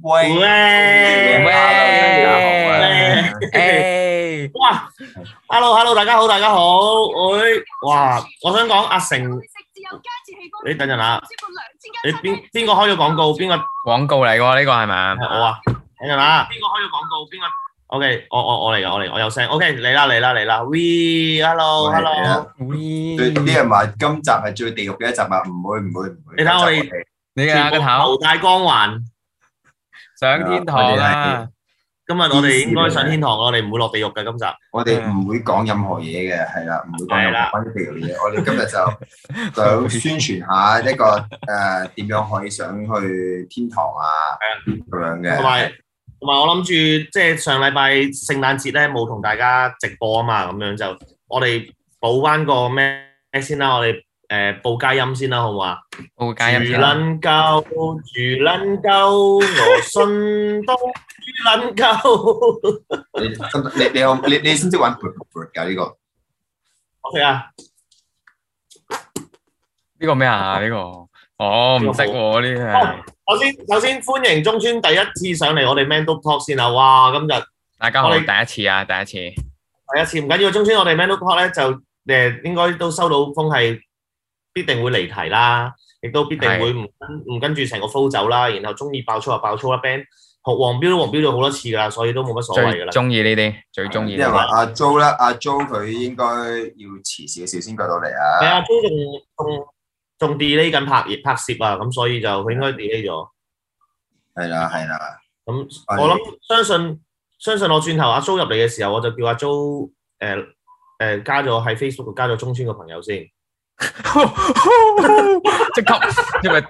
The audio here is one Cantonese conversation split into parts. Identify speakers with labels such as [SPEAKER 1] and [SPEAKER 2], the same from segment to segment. [SPEAKER 1] 喂
[SPEAKER 2] 喂
[SPEAKER 1] 喂
[SPEAKER 3] 誒，
[SPEAKER 2] 哇，hello hello，大家好，大家好，喂，哇，我想講阿成，你等陣啦，你邊邊個開咗廣告，邊個
[SPEAKER 3] 廣告嚟喎，呢個係咪？
[SPEAKER 2] 係我啊？等陣啦，邊個開咗廣告，邊個？OK，我我我嚟噶，我嚟，我有聲。OK，嚟啦嚟啦嚟啦，We，hello
[SPEAKER 1] 喂
[SPEAKER 2] hello，
[SPEAKER 1] 最啲人話今集係最地獄嘅一集啊！唔會唔會唔會，
[SPEAKER 2] 你睇我哋
[SPEAKER 1] 今集
[SPEAKER 3] 你
[SPEAKER 2] 全
[SPEAKER 3] 嘅個
[SPEAKER 2] 部
[SPEAKER 3] 頭
[SPEAKER 2] 頭戴光環，
[SPEAKER 3] 上天堂啦！
[SPEAKER 2] 今日我哋應該上天堂，我哋唔會落地獄嘅今集。
[SPEAKER 1] 我哋唔會講任何嘢嘅，係啦，唔會講任
[SPEAKER 2] 係啦
[SPEAKER 1] 何關於地獄嘅嘢。我哋今日就想宣傳下一個誒點樣可以上去天堂啊咁樣嘅。
[SPEAKER 2] 同埋同埋我諗住即係上禮拜聖誕節咧冇同大家直播啊嘛，咁樣就我哋補翻個咩先啦，我哋誒、呃、報佳音先啦，好唔好啊？
[SPEAKER 3] 報佳音
[SPEAKER 2] 住
[SPEAKER 3] 先啦，
[SPEAKER 2] 撚鳩，住撚鳩，我信都住撚鳩。
[SPEAKER 1] 你你你有你你先識玩 b r b r 㗎呢個？
[SPEAKER 2] O K 啊，
[SPEAKER 3] 呢個咩啊？呢個我唔識喎，呢啲係
[SPEAKER 2] 首先首先歡迎中村第一次上嚟我哋 Man Talk Talk 先啊！哇，今日〜
[SPEAKER 3] 大家好，
[SPEAKER 2] 我
[SPEAKER 3] 第
[SPEAKER 2] 哋
[SPEAKER 3] 一次啊，第一次，
[SPEAKER 2] 第一次唔緊要，中村我哋 Mental Talk 咧就誒應該都收到風係必定會離題啦，亦都必定會唔跟唔跟住成個 flow 走啦，然後中意爆粗就爆粗啦，band 學黃標都黃標咗好多次㗎啦，所以都冇乜所謂㗎
[SPEAKER 3] 最
[SPEAKER 2] 啦。
[SPEAKER 3] 中意呢啲，最中意
[SPEAKER 1] 啲
[SPEAKER 3] 呢
[SPEAKER 1] 人話
[SPEAKER 3] 啲。
[SPEAKER 1] 阿 Jo 啦，阿 Jo 佢應該要遲少少先過到嚟
[SPEAKER 2] 係
[SPEAKER 1] 啊。
[SPEAKER 2] 啊，都仲仲仲 delay 緊拍拍攝啊，咁所以就佢應該 delay 咗。
[SPEAKER 1] 係啦係啦，
[SPEAKER 2] 咁
[SPEAKER 1] 係
[SPEAKER 2] 我諗相信相信我轉頭阿 Jo 入嚟嘅時候，我就叫阿 Jo 誒誒加咗喺 Facebook 度加咗中村嘅朋友先。
[SPEAKER 3] 即刻，因為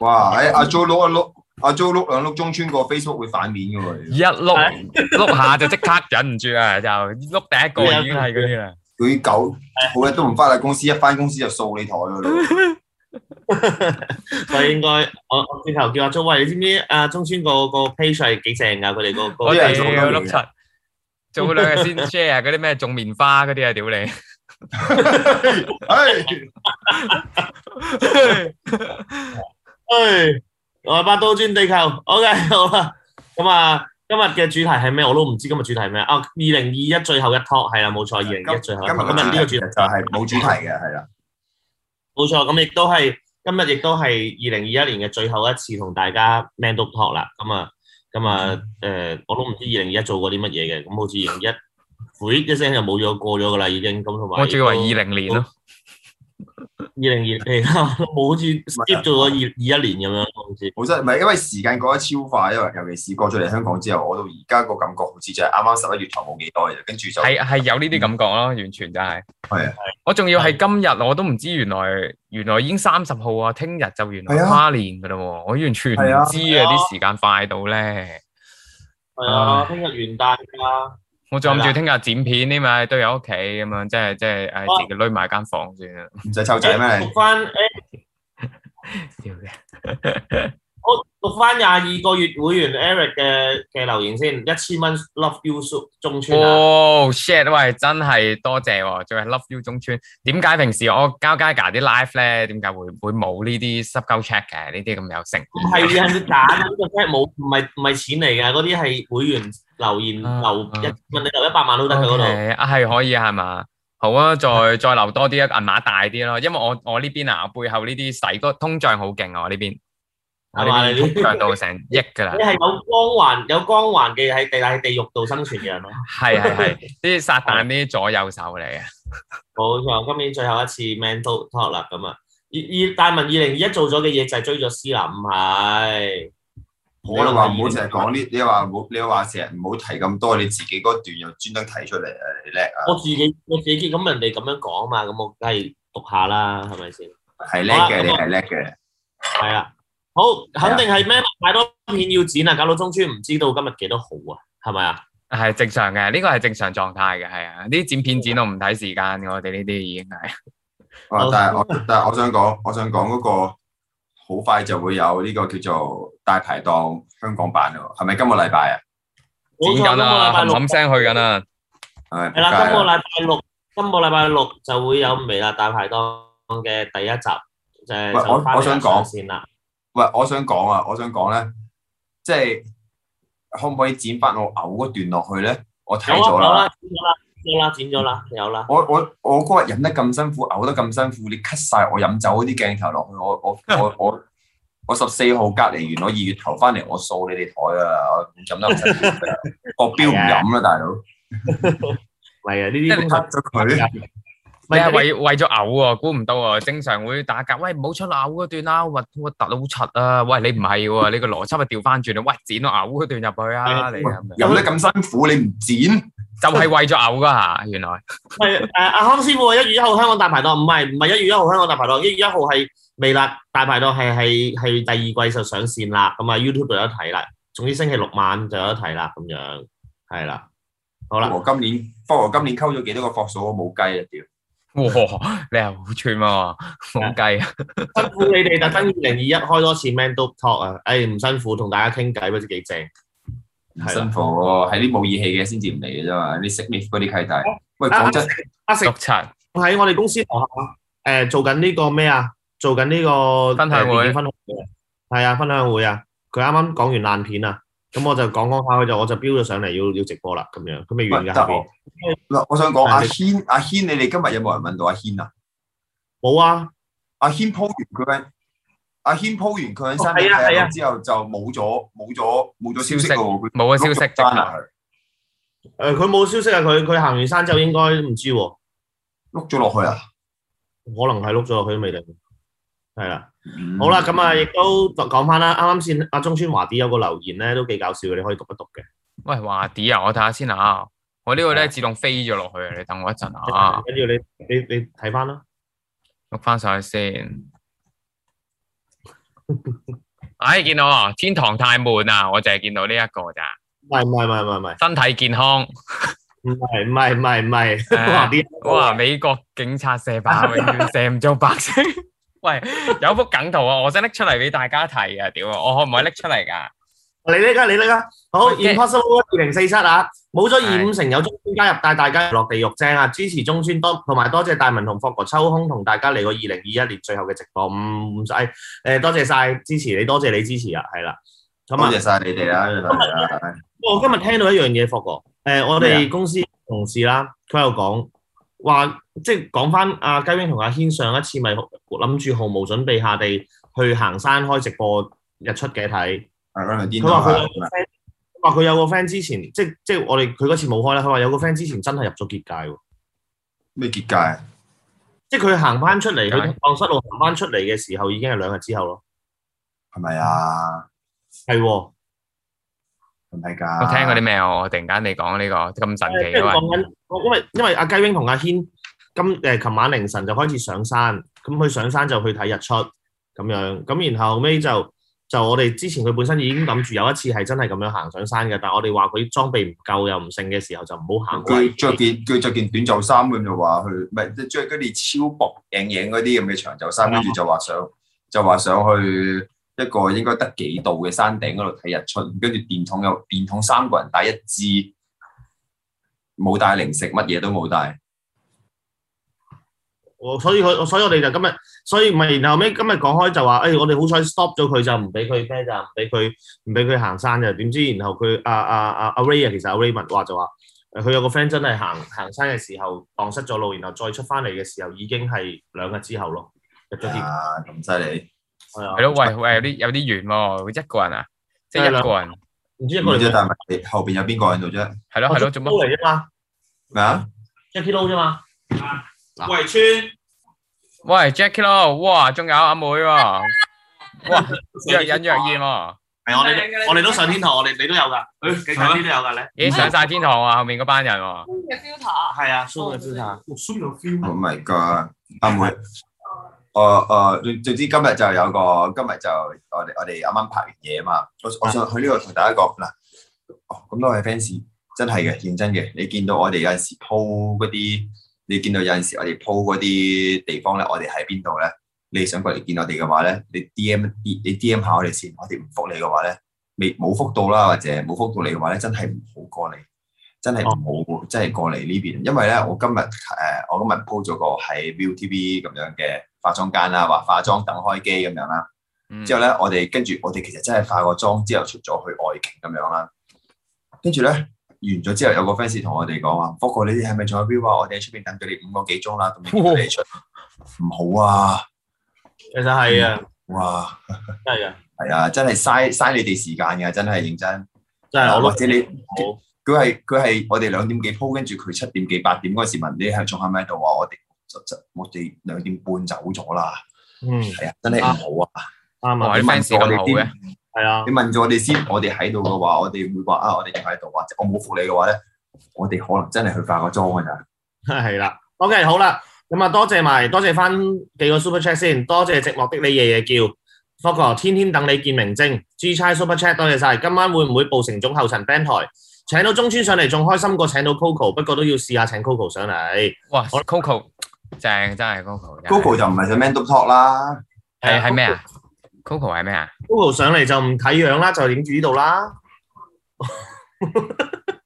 [SPEAKER 1] 哇！誒阿 Jo 碌一碌，阿 Jo 碌兩碌中村個 Facebook 會反面㗎喎。
[SPEAKER 3] 一碌碌下就即刻忍唔住啊，就碌第一個已經係嗰啲啦。
[SPEAKER 1] 佢狗好日都唔翻嚟公司，一翻公司就掃你台㗎咯。
[SPEAKER 2] 所以應該我我轉頭叫阿 Jo 喂，你知唔知啊中村個個 page 係幾正啊㗎？佢哋個 個
[SPEAKER 3] 我
[SPEAKER 1] 啲
[SPEAKER 3] 哋
[SPEAKER 1] 人做好多嘢
[SPEAKER 3] 碌柒，做兩日先 share 嗰啲咩種棉花嗰啲啊，屌你！
[SPEAKER 1] 唉，
[SPEAKER 2] 誒，我係八刀轉地球。OK，好啦，咁啊，今日嘅主題係咩？我都唔知今日主題係咩啊。二零二一最後一 talk 係啦，冇錯，二零二一最後一 talk。今日啊呢個主題
[SPEAKER 1] 就係冇主題嘅，係啦。
[SPEAKER 2] 冇錯，咁亦都係今日亦都係二零二一年嘅最後一次同大家 man talk talk 啦。咁啊，咁啊，誒、我都唔知二零二一做過啲乜嘢嘅，咁好似二零一。會一聲就冇咗過咗噶啦，已經咁同埋。
[SPEAKER 3] 我仲以為二零年咯。
[SPEAKER 2] 二零二嚟啦，我好似 skip 咗咗二二一年咁樣，好似
[SPEAKER 1] 好真唔係，因為時間過得超快，因為尤其是過咗嚟香港之後，我到而家個感覺好似就係啱啱十一月頭冇幾耐嘅，跟住就
[SPEAKER 3] 係係有呢啲感覺咯，完全就係。
[SPEAKER 1] 係啊
[SPEAKER 3] 我仲要係今日，我都唔知原來原來已經三十號啊，聽日就原來
[SPEAKER 1] 係啊
[SPEAKER 3] 跨年噶啦喎，我完全唔知
[SPEAKER 1] 係
[SPEAKER 3] 啊
[SPEAKER 1] 啊
[SPEAKER 3] 啲時間快到咧。
[SPEAKER 2] 係啊，聽日元旦㗎，
[SPEAKER 3] 我仲
[SPEAKER 2] 係
[SPEAKER 3] 諗住
[SPEAKER 2] 啦
[SPEAKER 3] 聽日剪片添嘛，都有屋企咁樣，即係即係
[SPEAKER 2] 哦
[SPEAKER 3] 誒自己匿埋間房啊算啦。
[SPEAKER 1] 唔使湊仔 咩？
[SPEAKER 2] 讀翻誒，
[SPEAKER 3] 屌嘅
[SPEAKER 2] 我讀翻廿二個月會員 Eric 嘅嘅留言先，一千蚊 Love You So 中村啊，
[SPEAKER 3] 哦 shit！喂，真係多謝喎，仲係 Love You 中村。點解平時我交街㗎啲 live 咧，點解會會冇呢啲 sub go check 嘅？呢啲咁有成
[SPEAKER 2] 唔係啊嘅，係假嘅，呢個 friend 冇，唔係唔係錢嚟嘅，嗰啲係會員留言
[SPEAKER 3] 啊
[SPEAKER 2] 留
[SPEAKER 3] 啊
[SPEAKER 2] 一問你留一百萬都得佢嗰度，
[SPEAKER 3] OK，啊，係可以係嘛？好啊，再再留多啲啊，銀碼大啲咯，因為我我呢邊啊，我背後呢啲使嗰通脹好勁啊，我呢邊我
[SPEAKER 2] 係
[SPEAKER 3] 呢
[SPEAKER 2] 嘛
[SPEAKER 3] 邊
[SPEAKER 2] 你呢
[SPEAKER 3] 通脹到成億㗎 啦
[SPEAKER 2] 你，係有光環有光環嘅喺地喺地獄度生存嘅人咯，
[SPEAKER 3] 係係係，呢啲撒旦呢啲左右手嚟啊，
[SPEAKER 2] 冇錯，今年最後一次 Man Talk Talk 啦，咁啊，二二大文二零二一做咗嘅嘢就係追咗思南，唔係。
[SPEAKER 1] 你又話唔好成日講呢，你又話冇，你又話成日唔好提咁多，你自己嗰段又專登提出嚟啊！你叻啊！
[SPEAKER 2] 我自己我自己咁人哋咁樣講嘛，咁我梗係讀下啦，係咪先？
[SPEAKER 1] 係叻嘅，你係叻嘅。
[SPEAKER 2] 係啦，好肯定係咩？太多片要剪啊，搞到中村唔知道今日幾多號啊，係咪啊？
[SPEAKER 3] 係正常嘅，呢個係正常狀態嘅，係啊，呢啲剪片剪到唔睇時間嘅，我哋呢啲已經係
[SPEAKER 1] 哇
[SPEAKER 2] 好！
[SPEAKER 1] 啊但係我但係我想講，我想講嗰個好快就會有呢個叫做大排檔香港版咯，係咪今個禮拜
[SPEAKER 2] 冇
[SPEAKER 3] 剪
[SPEAKER 2] 錯
[SPEAKER 3] 緊
[SPEAKER 2] 今個
[SPEAKER 3] 啦，
[SPEAKER 2] 禮拜
[SPEAKER 3] 冚
[SPEAKER 2] 六
[SPEAKER 3] 冚聲去緊啦，
[SPEAKER 1] 啊？係
[SPEAKER 2] 係啦，今個禮拜六，今個禮拜六就會有微辣大排檔嘅第一集，就係
[SPEAKER 1] 喂我
[SPEAKER 2] 就翻嚟
[SPEAKER 1] 我想講
[SPEAKER 2] 上線啦。
[SPEAKER 1] 喂，我想講啊，我想講咧，即係可唔可以剪翻我嘔嗰段落去咧？我睇
[SPEAKER 2] 有啊
[SPEAKER 1] 咗
[SPEAKER 2] 有
[SPEAKER 1] 啦，
[SPEAKER 2] 啦，剪咗啦，有啦，剪咗啦，有啦。
[SPEAKER 1] 我我我嗰日飲得咁辛苦，嘔得咁辛苦，你 cut 晒我飲酒嗰啲鏡頭落去，我我 我我我十四號隔離完，我二月頭翻嚟，我掃你哋台㗎啦，我飲得唔辛苦㗎 啦，我標唔飲啦，大佬
[SPEAKER 2] 唔係啊，呢
[SPEAKER 3] 即
[SPEAKER 2] 啲
[SPEAKER 3] 係你
[SPEAKER 2] 公
[SPEAKER 1] ，cut 咗佢。
[SPEAKER 2] 唔係
[SPEAKER 3] 你係為為咗嘔啊，估唔到啊！正常會打格，喂唔好出嘔嗰段啦，核核突好柒啊！喂你唔係喎，你個邏輯係調翻轉啊！喂剪到嘔嗰段入去啊！你咁樣
[SPEAKER 1] 飲得咁辛苦，你唔剪？
[SPEAKER 3] 就係為咗嘔噶嚇，原來
[SPEAKER 2] 係誒阿康師傅話一月一號香港大排檔，唔係唔係一月一號香港大排檔，一月一號係微辣大排檔係係係第二季就上線啦，咁啊 YouTube 就有得睇啦。總之星期六晚就有得睇啦，咁樣係啦。好啦，
[SPEAKER 1] 哦我今年，不過我今年溝咗幾多個貨數，我冇計啊！屌，
[SPEAKER 3] 哇你係好串喎，冇計啊！
[SPEAKER 2] 辛苦你哋特登二零二一開多次 Man Dope Talk 啊！誒唔辛苦，同大家傾偈不知幾正。
[SPEAKER 1] 唔
[SPEAKER 2] 係啦
[SPEAKER 1] 辛苦喎，係啲冇義氣嘅先至唔嚟嘅啫嘛。你識你嗰啲契弟，喂，
[SPEAKER 2] 啊
[SPEAKER 1] 講真，
[SPEAKER 2] 阿成
[SPEAKER 3] 六柒
[SPEAKER 2] 喺我哋公司樓下誒、做緊呢個咩啊？做緊呢、個
[SPEAKER 3] 分享會
[SPEAKER 2] 誒電影分享會係啊，分享會啊！佢啱啱講完爛片啊，咁我就講講下，佢就我就標咗上嚟要要直播啦，咁樣佢未完
[SPEAKER 1] 喂
[SPEAKER 2] 㗎
[SPEAKER 1] 得
[SPEAKER 2] 下邊
[SPEAKER 1] 我嗱，我想講
[SPEAKER 2] 係
[SPEAKER 1] 阿
[SPEAKER 2] 你
[SPEAKER 1] 軒，阿軒，你哋今日有冇人問到阿軒啊？
[SPEAKER 2] 冇啊，
[SPEAKER 1] 阿軒鋪完佢喺阿軒鋪完佢喺
[SPEAKER 2] 哦
[SPEAKER 1] 山
[SPEAKER 2] 係啊係啊
[SPEAKER 1] 頂之後就冇咗冇咗冇咗消息
[SPEAKER 3] 消息
[SPEAKER 1] 嘅喎，佢
[SPEAKER 3] 冇啊消息即
[SPEAKER 1] 翻
[SPEAKER 3] 刻
[SPEAKER 1] 啦，
[SPEAKER 2] 誒佢冇消息啊，佢佢行完山之後應該唔知喎，
[SPEAKER 1] 碌咗落去啊！
[SPEAKER 2] 可能係碌咗落去都未定，係啦。
[SPEAKER 3] 嗯
[SPEAKER 1] 嗯
[SPEAKER 2] 好啦，咁啊，亦都講翻啦。啱啱先阿中村華啲有個留言咧，都幾搞笑嘅，你可以讀一讀嘅。
[SPEAKER 3] 喂華啲啊！我睇下先啊，我呢個咧自動飛咗落去啊！你等我一陣啊。
[SPEAKER 2] 跟住你你你睇翻啦。
[SPEAKER 3] 碌翻上去先。唉、見到啊，天堂太悶啦，我淨係見到呢一個咋。
[SPEAKER 2] 唔係唔係唔係唔係
[SPEAKER 3] 身體健康，
[SPEAKER 2] 唔係唔係唔係唔係
[SPEAKER 3] 誒
[SPEAKER 2] 華啲。
[SPEAKER 3] 哇！美國警察射 靶永遠射唔中白色。 喂，有幅梗圖啊，我想拎出嚟俾大家睇啊！屌啊，我可唔可以拎出嚟㗎？
[SPEAKER 2] 哦你呢家，你呢家，好
[SPEAKER 3] 喂嘅
[SPEAKER 2] ，Impossible 二零四七啊，冇咗
[SPEAKER 3] 係
[SPEAKER 2] 二五成有中村加入，帶大家落地獄正啊！支持中村多，同埋多謝大文同霍哥抽空同大家嚟個二零二一年最後嘅直播，唔唔使誒，多謝晒支持你，多謝你支持啊，係啦。咁
[SPEAKER 1] 多
[SPEAKER 2] 啊，
[SPEAKER 1] 謝晒你哋啦，多謝晒
[SPEAKER 2] 我今日聽到一樣嘢，霍哥，誒，我
[SPEAKER 1] 咩啊
[SPEAKER 2] 哋公司同事啦，佢又講話，即係講翻阿雞 wing 同阿軒上一次咪諗住毫無準備下地去行山開直播日出嘅睇。
[SPEAKER 1] 係嗰條
[SPEAKER 2] 佢
[SPEAKER 1] 癲
[SPEAKER 2] 話佢
[SPEAKER 1] 啊
[SPEAKER 2] 有！個 friend，佢話佢有個 friend 之前，即即我哋佢嗰次冇開啦。佢話有個 friend 之前真係入咗結界喎，
[SPEAKER 1] 咩結界啊？
[SPEAKER 2] 即佢行翻出嚟，
[SPEAKER 3] 解
[SPEAKER 2] 佢蕩失路行翻出嚟嘅時候已經係兩日之後咯。
[SPEAKER 1] 係咪啊？
[SPEAKER 2] 係喎，
[SPEAKER 1] 係咪
[SPEAKER 3] 我
[SPEAKER 1] 㗎？
[SPEAKER 3] 聽過啲咩啊？我突然間你講呢、個咁神
[SPEAKER 2] 即
[SPEAKER 3] 奇嘅
[SPEAKER 2] 係
[SPEAKER 3] 喂，
[SPEAKER 2] 講緊，因為因為阿雞 wing 同阿軒今誒琴晚凌晨就開始上山，咁佢上山就去睇日出咁樣，咁然後尾就就我哋之前佢本身已經諗住有一次係真係咁樣行上山嘅，但係我哋話佢裝備唔夠又唔剩嘅時候就唔好行過嚟。
[SPEAKER 1] 佢着件佢着件短袖衫咁就話去，唔係即係着嗰啲超薄硬影嗰啲咁嘅長袖衫，
[SPEAKER 2] 啊
[SPEAKER 1] 跟住就話上就話上去一個應該得幾度嘅山頂嗰度睇日出，跟住電筒有電筒三個人帶一支，冇帶零食，乜嘢都冇帶。
[SPEAKER 2] 我所以佢，所以我哋就今日，所以咪然後尾今日講開就話，誒、我哋好彩 stop 咗佢就唔俾佢咩咋，唔俾佢唔俾佢行山嘅。點知然後佢啊啊啊阿 Ray 啊，其實阿 Raymond 話就話，誒佢有個 friend 真係行行山嘅時候蕩失咗路，然後再出翻嚟嘅時候已經係兩日之後咯，入咗啲
[SPEAKER 1] 啊，咁犀利！
[SPEAKER 2] 係啊
[SPEAKER 3] 係，咯，喂喂，有啲有啲遠喎，一個人啊，即係
[SPEAKER 2] 係
[SPEAKER 3] 一
[SPEAKER 2] 啦
[SPEAKER 3] 個人，
[SPEAKER 2] 唔知一個
[SPEAKER 1] 唔知
[SPEAKER 2] 嚟
[SPEAKER 1] 但係後邊有邊個喺度啫？
[SPEAKER 3] 係咯係咯，做乜？
[SPEAKER 2] 嚟啫嘛
[SPEAKER 1] 咩啊？
[SPEAKER 2] ，Jackie Lou 啫嘛，
[SPEAKER 4] 圍村
[SPEAKER 3] 喂 Jackie 咯，哇，仲有阿妹 喎，哇，若隱若現喎。
[SPEAKER 2] 係我哋都我哋都上天堂，我哋你都有㗎，誒幾近啲都有㗎咧，
[SPEAKER 3] 咦，上晒天堂啊！後面嗰班人喎，
[SPEAKER 4] 嘅 filter，
[SPEAKER 2] 係啊，蘇嘅先生。
[SPEAKER 4] 我蘇有
[SPEAKER 2] 嗯
[SPEAKER 4] feel，
[SPEAKER 1] Oh my god！阿妹，我我哦總之今日就有個，今日就我哋我哋啱啱拍完嘢啊嘛，我我想喺呢度同大家講嗱，哦咁多位 fans 真係嘅，認真嘅，你見到我哋有陣時 po 嗰啲，你見到有陣時我哋 po 嗰啲地方咧，我哋喺邊度咧？你想過嚟見我哋嘅話咧，你 D M 你 D M 下我哋先，我哋唔復你嘅話咧，未冇復到啦，或者冇復到你嘅話咧，真係唔好過嚟，真係唔好，真係過嚟呢邊，因為咧我今日誒、呃我今日 po 咗個喺 Viu TV 咁樣嘅化妝間啦，話化妝等開機咁樣啦，
[SPEAKER 3] 嗯
[SPEAKER 1] 之後咧，我哋跟住我哋其實真係化個妝之後出咗去外景咁樣啦。跟住咧完咗之後，有個 fans 同我哋講話：，不過你哋係咪仲有 view 啊？我哋喺出邊等咗你五個幾鐘啦，咁你哋出唔好啊！
[SPEAKER 2] 其實係啊，
[SPEAKER 1] 哇，
[SPEAKER 2] 真係啊，
[SPEAKER 1] 係啊，真係嘥嘥你哋時間嘅，真係認真。
[SPEAKER 2] 真係我
[SPEAKER 1] 或
[SPEAKER 2] 都
[SPEAKER 1] 者你
[SPEAKER 2] 好。
[SPEAKER 1] 佢係佢係我哋兩點幾鋪，跟住佢七點幾八點嗰時問你係仲喺咪喺度話我哋就就我哋兩點半走咗啦，
[SPEAKER 2] 嗯，
[SPEAKER 1] 係啊，真係唔好啊！
[SPEAKER 2] 啱
[SPEAKER 3] 哇
[SPEAKER 2] 啊，
[SPEAKER 3] 啲
[SPEAKER 1] 你
[SPEAKER 3] fans
[SPEAKER 1] 問我
[SPEAKER 3] 咁
[SPEAKER 1] 哋
[SPEAKER 3] 好
[SPEAKER 1] 啲
[SPEAKER 3] 嘅，
[SPEAKER 2] 係啊
[SPEAKER 1] 你，問咗我哋先，我哋喺度嘅話，我哋會話啊，我哋仲喺度，或者我冇覆你嘅話咧，我哋可能真係去化個妝㗎咋。
[SPEAKER 2] 係啦。OK，好啦，咁啊，多謝埋，多謝翻幾個 super chat 先，多謝寂寞的你夜夜叫 f o g o 天天等你見明星，G 差 super chat 多謝晒。今晚會唔會報成總後塵 band 台？請到中村上嚟仲開心過請到 Coco，不過都要試下請 Coco 上嚟。
[SPEAKER 3] 哇
[SPEAKER 2] 好
[SPEAKER 3] ，Coco 正真係 Coco，真係
[SPEAKER 1] Coco 就唔係就 Man Up Talk 啦，
[SPEAKER 3] 係係咩啊？Coco 係咩啊
[SPEAKER 2] ？Coco 上嚟就唔睇樣啦，就影住呢度啦。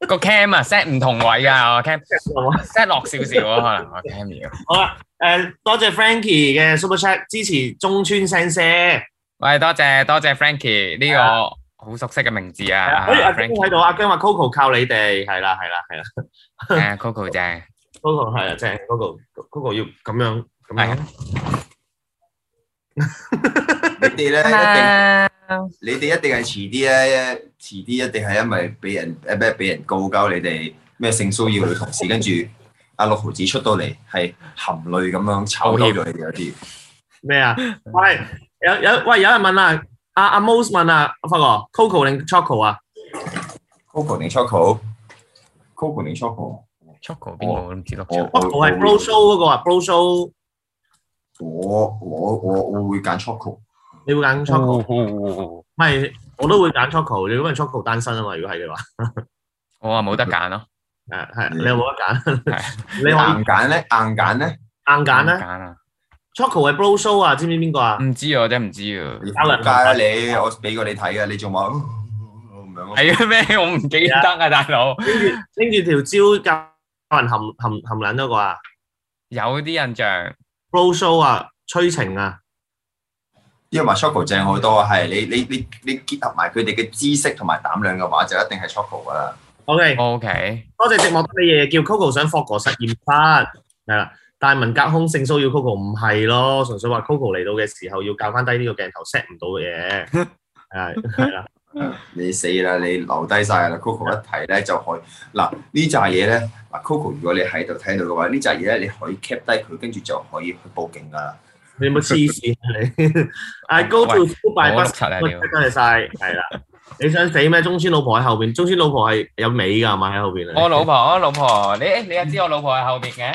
[SPEAKER 3] 個 cam 啊 set 唔同位㗎，我 à? cam set 落少少啊，可能我 cam 要。
[SPEAKER 2] 诶、多謝 Frankie 嘅 Super Chat 支持中村先生。
[SPEAKER 3] 喂，多謝多謝 Frankie 呢個好熟悉嘅名字啊
[SPEAKER 2] 哎阿姜
[SPEAKER 3] Frankie
[SPEAKER 2] 喺度，阿姜話 Coco 靠你哋，係啦係啦係啦
[SPEAKER 3] 啊，Coco À, 正。
[SPEAKER 2] ，Coco 係啊，即係 Coco，Coco 要咁樣咁
[SPEAKER 3] 係
[SPEAKER 2] 樣
[SPEAKER 3] 啊。
[SPEAKER 1] 你哋咧一定，你哋一定係遲啲咧，遲啲一定係因為俾人誒咩俾人告鳩你哋咩性騷擾女同事，跟住阿六毫子出到嚟係含淚咁樣炒嬲咗你哋有啲。
[SPEAKER 2] 咩 啊？喂，有有喂，有人問啊，阿阿 Mose 問啊，發哥 Coco 定 Choco 啊？
[SPEAKER 1] Coco 定 Choco？Coco 定 Choco？
[SPEAKER 3] Choco 邊個我都唔知咯。
[SPEAKER 1] 我
[SPEAKER 2] Coco 係 Bro Show 嗰個啊，Bro Show
[SPEAKER 1] 我我我我會揀 Choco。
[SPEAKER 2] 你會揀 Choco？唔
[SPEAKER 3] 哦
[SPEAKER 2] 係，我都會揀 Choco。你因為 Choco 單身啊嘛，如果係嘅話，
[SPEAKER 3] 我啊冇得揀咯，
[SPEAKER 2] 誒係啊
[SPEAKER 3] 嗯
[SPEAKER 2] 你有冇得揀？你可以
[SPEAKER 1] 硬揀咧，硬揀咧，
[SPEAKER 2] 硬揀
[SPEAKER 3] 冇得
[SPEAKER 2] 咧
[SPEAKER 3] 揀啊！
[SPEAKER 2] ，Choco 係 Bro Show 啊，知唔知邊個啊？
[SPEAKER 3] 唔知啊，我真係唔知啊。
[SPEAKER 1] 你仆街啦你！我俾過你睇啊嘅，你仲話嗯咁樣咯。
[SPEAKER 3] 係啊咩？我唔記得啊，大佬。
[SPEAKER 2] 拎住條蕉教人含含含撚嗰個啊
[SPEAKER 3] 有啲印象，
[SPEAKER 2] ，Bro Show 啊，催情啊，
[SPEAKER 1] 因為 Choco 正好多，啊係你你你你結合埋佢哋嘅知識同埋膽量嘅話，就一定係 Choco 噶啦。
[SPEAKER 2] OK，
[SPEAKER 3] O K，
[SPEAKER 2] 多謝寂寞嘅嘢叫 Coco 想霍過實驗室，係啦。但文隔空性騷擾 Coco 唔係咯，純粹話 Coco 嚟到嘅時候要教翻低呢個鏡頭 set 唔到嘅嘢，係係啦，
[SPEAKER 1] 你死啦！你留低晒啦，Coco 一睇咧就可以嗱呢扎嘢咧嗱 Coco 如果你喺度睇到嘅話，呢扎嘢咧你可以 cap 低佢，跟住就可以去報警噶啦。
[SPEAKER 2] 你有冇黐線啊 你？I go to school
[SPEAKER 3] 我
[SPEAKER 2] by
[SPEAKER 3] 碌
[SPEAKER 2] bus，
[SPEAKER 3] 柒啊
[SPEAKER 2] 多
[SPEAKER 3] 屌！
[SPEAKER 2] 謝晒，係啦。你想死咩？中村老婆喺後邊，中村老婆係有尾㗎係咪喺後邊啊？
[SPEAKER 3] 我老婆，我老婆，你你又知我老婆喺後邊嘅？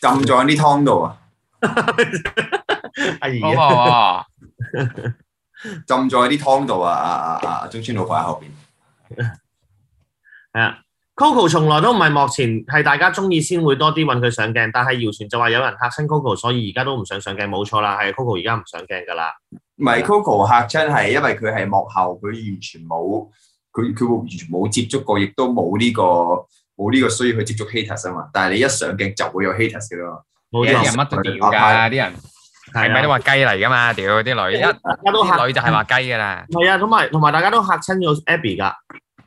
[SPEAKER 1] 浸咗喺啲湯度啊！
[SPEAKER 2] 阿姨
[SPEAKER 3] 老婆，
[SPEAKER 1] 浸咗喺啲湯度啊！啊啊啊！中村老婆喺後邊。
[SPEAKER 2] 係啊，Coco 從來都唔係幕前，係大家中意先會多啲揾佢上鏡。但係謠傳就話有人嚇親 Coco，所以而家都唔想上鏡，冇錯啦。係 Coco 而家唔上鏡㗎啦。
[SPEAKER 1] 唔係 Coco 嚇親係因為佢係幕後，佢完全冇佢佢完全冇接觸過，亦都冇呢個冇呢個需要去接觸 haters 啊嘛。但係你一上鏡就會有 haters 嘅咯。
[SPEAKER 2] 冇
[SPEAKER 1] 有
[SPEAKER 3] 啲人
[SPEAKER 2] 錯，
[SPEAKER 3] 乜都屌㗎，啲人係
[SPEAKER 2] 係
[SPEAKER 3] 咪
[SPEAKER 2] 啊，
[SPEAKER 3] 都話雞嚟㗎嘛？屌啲女一
[SPEAKER 2] 大家都嚇
[SPEAKER 3] 啲女就係話雞㗎啦。
[SPEAKER 2] 係啊，同埋同埋大家都嚇親咗 Abby 㗎。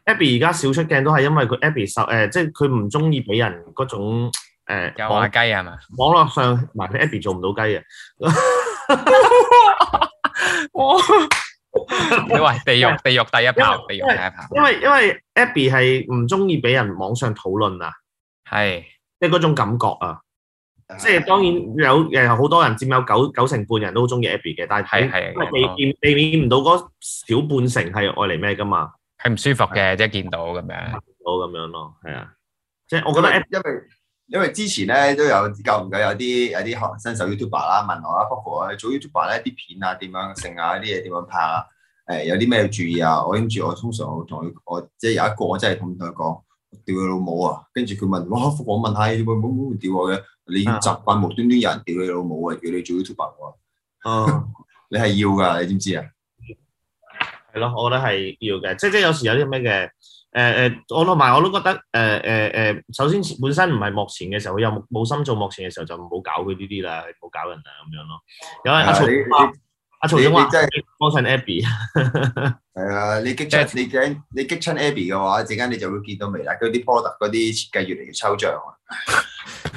[SPEAKER 2] Abby 而家少出鏡都係因為佢 Abby 受誒、呃即係佢唔中意俾人嗰種誒
[SPEAKER 3] 有話
[SPEAKER 2] 網
[SPEAKER 3] 雞係嘛？
[SPEAKER 2] 網絡上，唔係 Abby 做唔到雞嘅。啊
[SPEAKER 3] 你話地 獄地獄第一炮，
[SPEAKER 2] 嗯
[SPEAKER 3] 地
[SPEAKER 2] 因為
[SPEAKER 3] 獄第一炮
[SPEAKER 2] 因為因為 Abby 係唔中意俾人網上討論啊，
[SPEAKER 3] 係
[SPEAKER 2] 即係嗰種感覺啊。即係當然有誒好多人佔有九九成半人都好中意 Abby 嘅，但
[SPEAKER 3] 係
[SPEAKER 2] 係
[SPEAKER 3] 係
[SPEAKER 2] 因為避免避免唔到嗰小半成係愛嚟咩㗎嘛，
[SPEAKER 3] 係唔舒服嘅，即係見到咁樣。
[SPEAKER 2] 到咁樣咯，係啊，即係
[SPEAKER 1] 我
[SPEAKER 2] 我
[SPEAKER 1] 覺
[SPEAKER 2] 覺
[SPEAKER 1] 得
[SPEAKER 2] 得
[SPEAKER 1] 因為
[SPEAKER 2] Abby
[SPEAKER 1] 因為因為之前咧都有夠唔夠有啲有啲可能新手 YouTuber 啦問我啦，Coco 啊，你做 YouTuber 咧啲片啊點樣性啊啲嘢點樣拍啊？誒、有啲咩要注意啊？我跟住我通常我同佢我即係有一個我真係咁同佢講，我屌佢老母啊！跟住佢問哇，Coco，我問下你會唔會會唔會屌我嘅？你
[SPEAKER 2] 啊
[SPEAKER 1] 要習慣無端端有人屌你老母啊，叫你做 YouTuber 喎、
[SPEAKER 2] 哦
[SPEAKER 1] 你係要㗎，你知唔知啊？
[SPEAKER 2] 係咯，我覺得係要嘅，即係即係有時有啲咩嘅誒誒，我同埋我都覺得誒誒誒，首先本身唔係幕前嘅時候，佢又冇冇心做幕前嘅時候就唔好搞佢呢啲啦，唔好搞人啦咁樣咯。有人阿曹
[SPEAKER 1] 啊係啊你
[SPEAKER 2] 阿阿曹
[SPEAKER 1] 你
[SPEAKER 2] 總
[SPEAKER 1] 你
[SPEAKER 2] 話
[SPEAKER 1] 真係
[SPEAKER 2] 幫襯 Abby，
[SPEAKER 1] 係啊，你激
[SPEAKER 3] 即
[SPEAKER 1] 親
[SPEAKER 3] 係
[SPEAKER 1] 你驚你激親 Abby 嘅話，陣間你就會見到微辣嗰啲 product 嗰啲設計越嚟越抽象啊！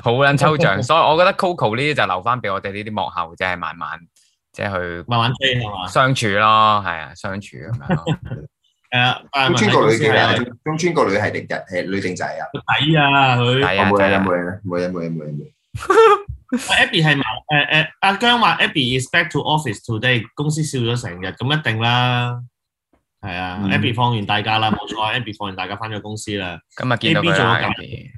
[SPEAKER 3] 好撚抽 象，所以我覺得 Coco 呢啲就留翻俾我哋呢啲幕後，即係慢慢即係去
[SPEAKER 2] 慢慢追係嘛？
[SPEAKER 3] 相處咯，係啊，相處咁樣咯。
[SPEAKER 2] 誒，但
[SPEAKER 1] 中
[SPEAKER 2] 係
[SPEAKER 1] 村個
[SPEAKER 2] 問
[SPEAKER 1] 女
[SPEAKER 2] 題
[SPEAKER 1] 幾
[SPEAKER 2] 先
[SPEAKER 1] 靚啊？
[SPEAKER 2] 係
[SPEAKER 1] 中中村個女係定日係女定仔啊？
[SPEAKER 2] 個底啊佢。
[SPEAKER 3] 係啊，
[SPEAKER 1] 冇嘢
[SPEAKER 3] 係
[SPEAKER 1] 啦，
[SPEAKER 3] 啊
[SPEAKER 1] 冇嘢啦，冇嘢冇嘢冇嘢冇嘢。
[SPEAKER 2] Abby 係埋誒誒，阿姜話 Abby is back to office today，公司笑咗成日，咁一定啦。係啊
[SPEAKER 1] 嗯
[SPEAKER 2] ，Abby 放完大假啦，冇錯，Abby 放完大假翻咗公司啦，
[SPEAKER 3] 今日啊見到佢啦
[SPEAKER 2] AB 做咗
[SPEAKER 3] AB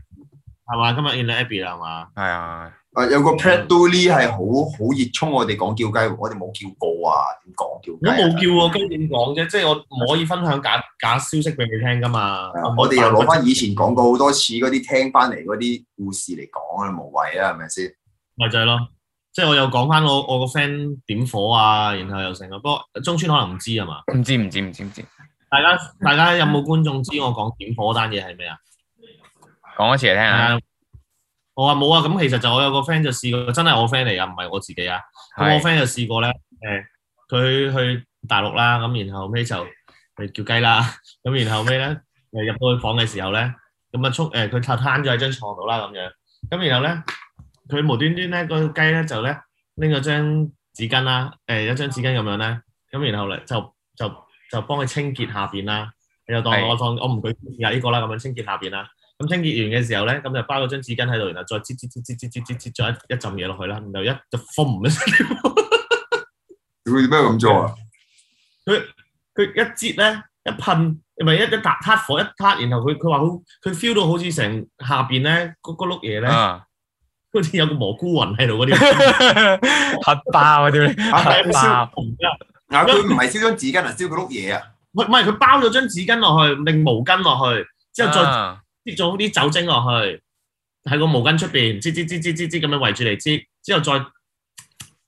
[SPEAKER 2] 係嘛？今日見到 Abby 啦，係嘛？
[SPEAKER 3] 係啊，
[SPEAKER 1] 啊，有個 Pret Dolly 係好好熱衷我哋講叫雞喎，我哋冇叫過啊，點講
[SPEAKER 2] 我
[SPEAKER 1] 叫雞啊？
[SPEAKER 2] 冇叫喎，跟點講啫？即係我唔可以分享假假消息俾你聽噶嘛。
[SPEAKER 1] 係啊我哋又攞翻以前講過好多次嗰啲聽翻嚟嗰啲故事嚟講啊，無謂啊，係咪先？
[SPEAKER 2] 咪就係咯，即係我又講翻我我個 friend 點火啊，然後又成啊。不過中村可能唔知啊嘛。
[SPEAKER 3] 唔知唔知唔知唔知，
[SPEAKER 2] 大家大家有冇觀眾知我講點火單嘢係咩啊？
[SPEAKER 3] 講一次嚟聽下。
[SPEAKER 2] 啊，我話冇啊。咁其實就我有個 friend 就試過，真係我 friend 嚟啊，唔係我自己啊。咁我
[SPEAKER 3] 係
[SPEAKER 2] friend 就試過咧，誒佢去大陸啦，咁然後尾就佢叫雞啦， 咁然後尾咧誒入到去房嘅時候咧，咁啊沖誒佢就攤咗喺張床度啦咁樣，咁然後咧佢無端端咧個雞咧就咧拎咗張紙巾啦，誒一張紙巾咁樣咧，咁然後咧就就就幫佢清潔下邊啦，你就當
[SPEAKER 3] 係
[SPEAKER 2] 我當我唔舉啊呢個啦，咁樣清潔下邊啦。咁清潔完嘅時候咧，咁就包咗張紙巾喺度，然後再擠擠擠擠擠擠擠擠咗一一浸嘢落去啦，然後一就嘣一聲。
[SPEAKER 1] 你會點解咁做啊？
[SPEAKER 2] 佢一擠咧，一噴，唔係一一笪撻火一撻，然後佢佢話好，佢 feel 到好似成下邊咧嗰嗰碌嘢咧，
[SPEAKER 3] 啊，
[SPEAKER 2] 好似有個蘑菇雲喺度嗰啲，
[SPEAKER 3] 核爆啊屌你！
[SPEAKER 1] 啊
[SPEAKER 2] 係
[SPEAKER 3] 核爆
[SPEAKER 2] 燒紅㗎
[SPEAKER 1] 啊，佢唔係燒張紙巾啊，燒佢碌嘢啊！
[SPEAKER 2] 唔係唔係佢包咗張紙巾落去，拎毛巾落去，之後再
[SPEAKER 3] 啊
[SPEAKER 2] 擠咗啲酒精落去，喺個毛巾出邊，擠擠擠擠擠擠咁樣圍住嚟擠，之後再咁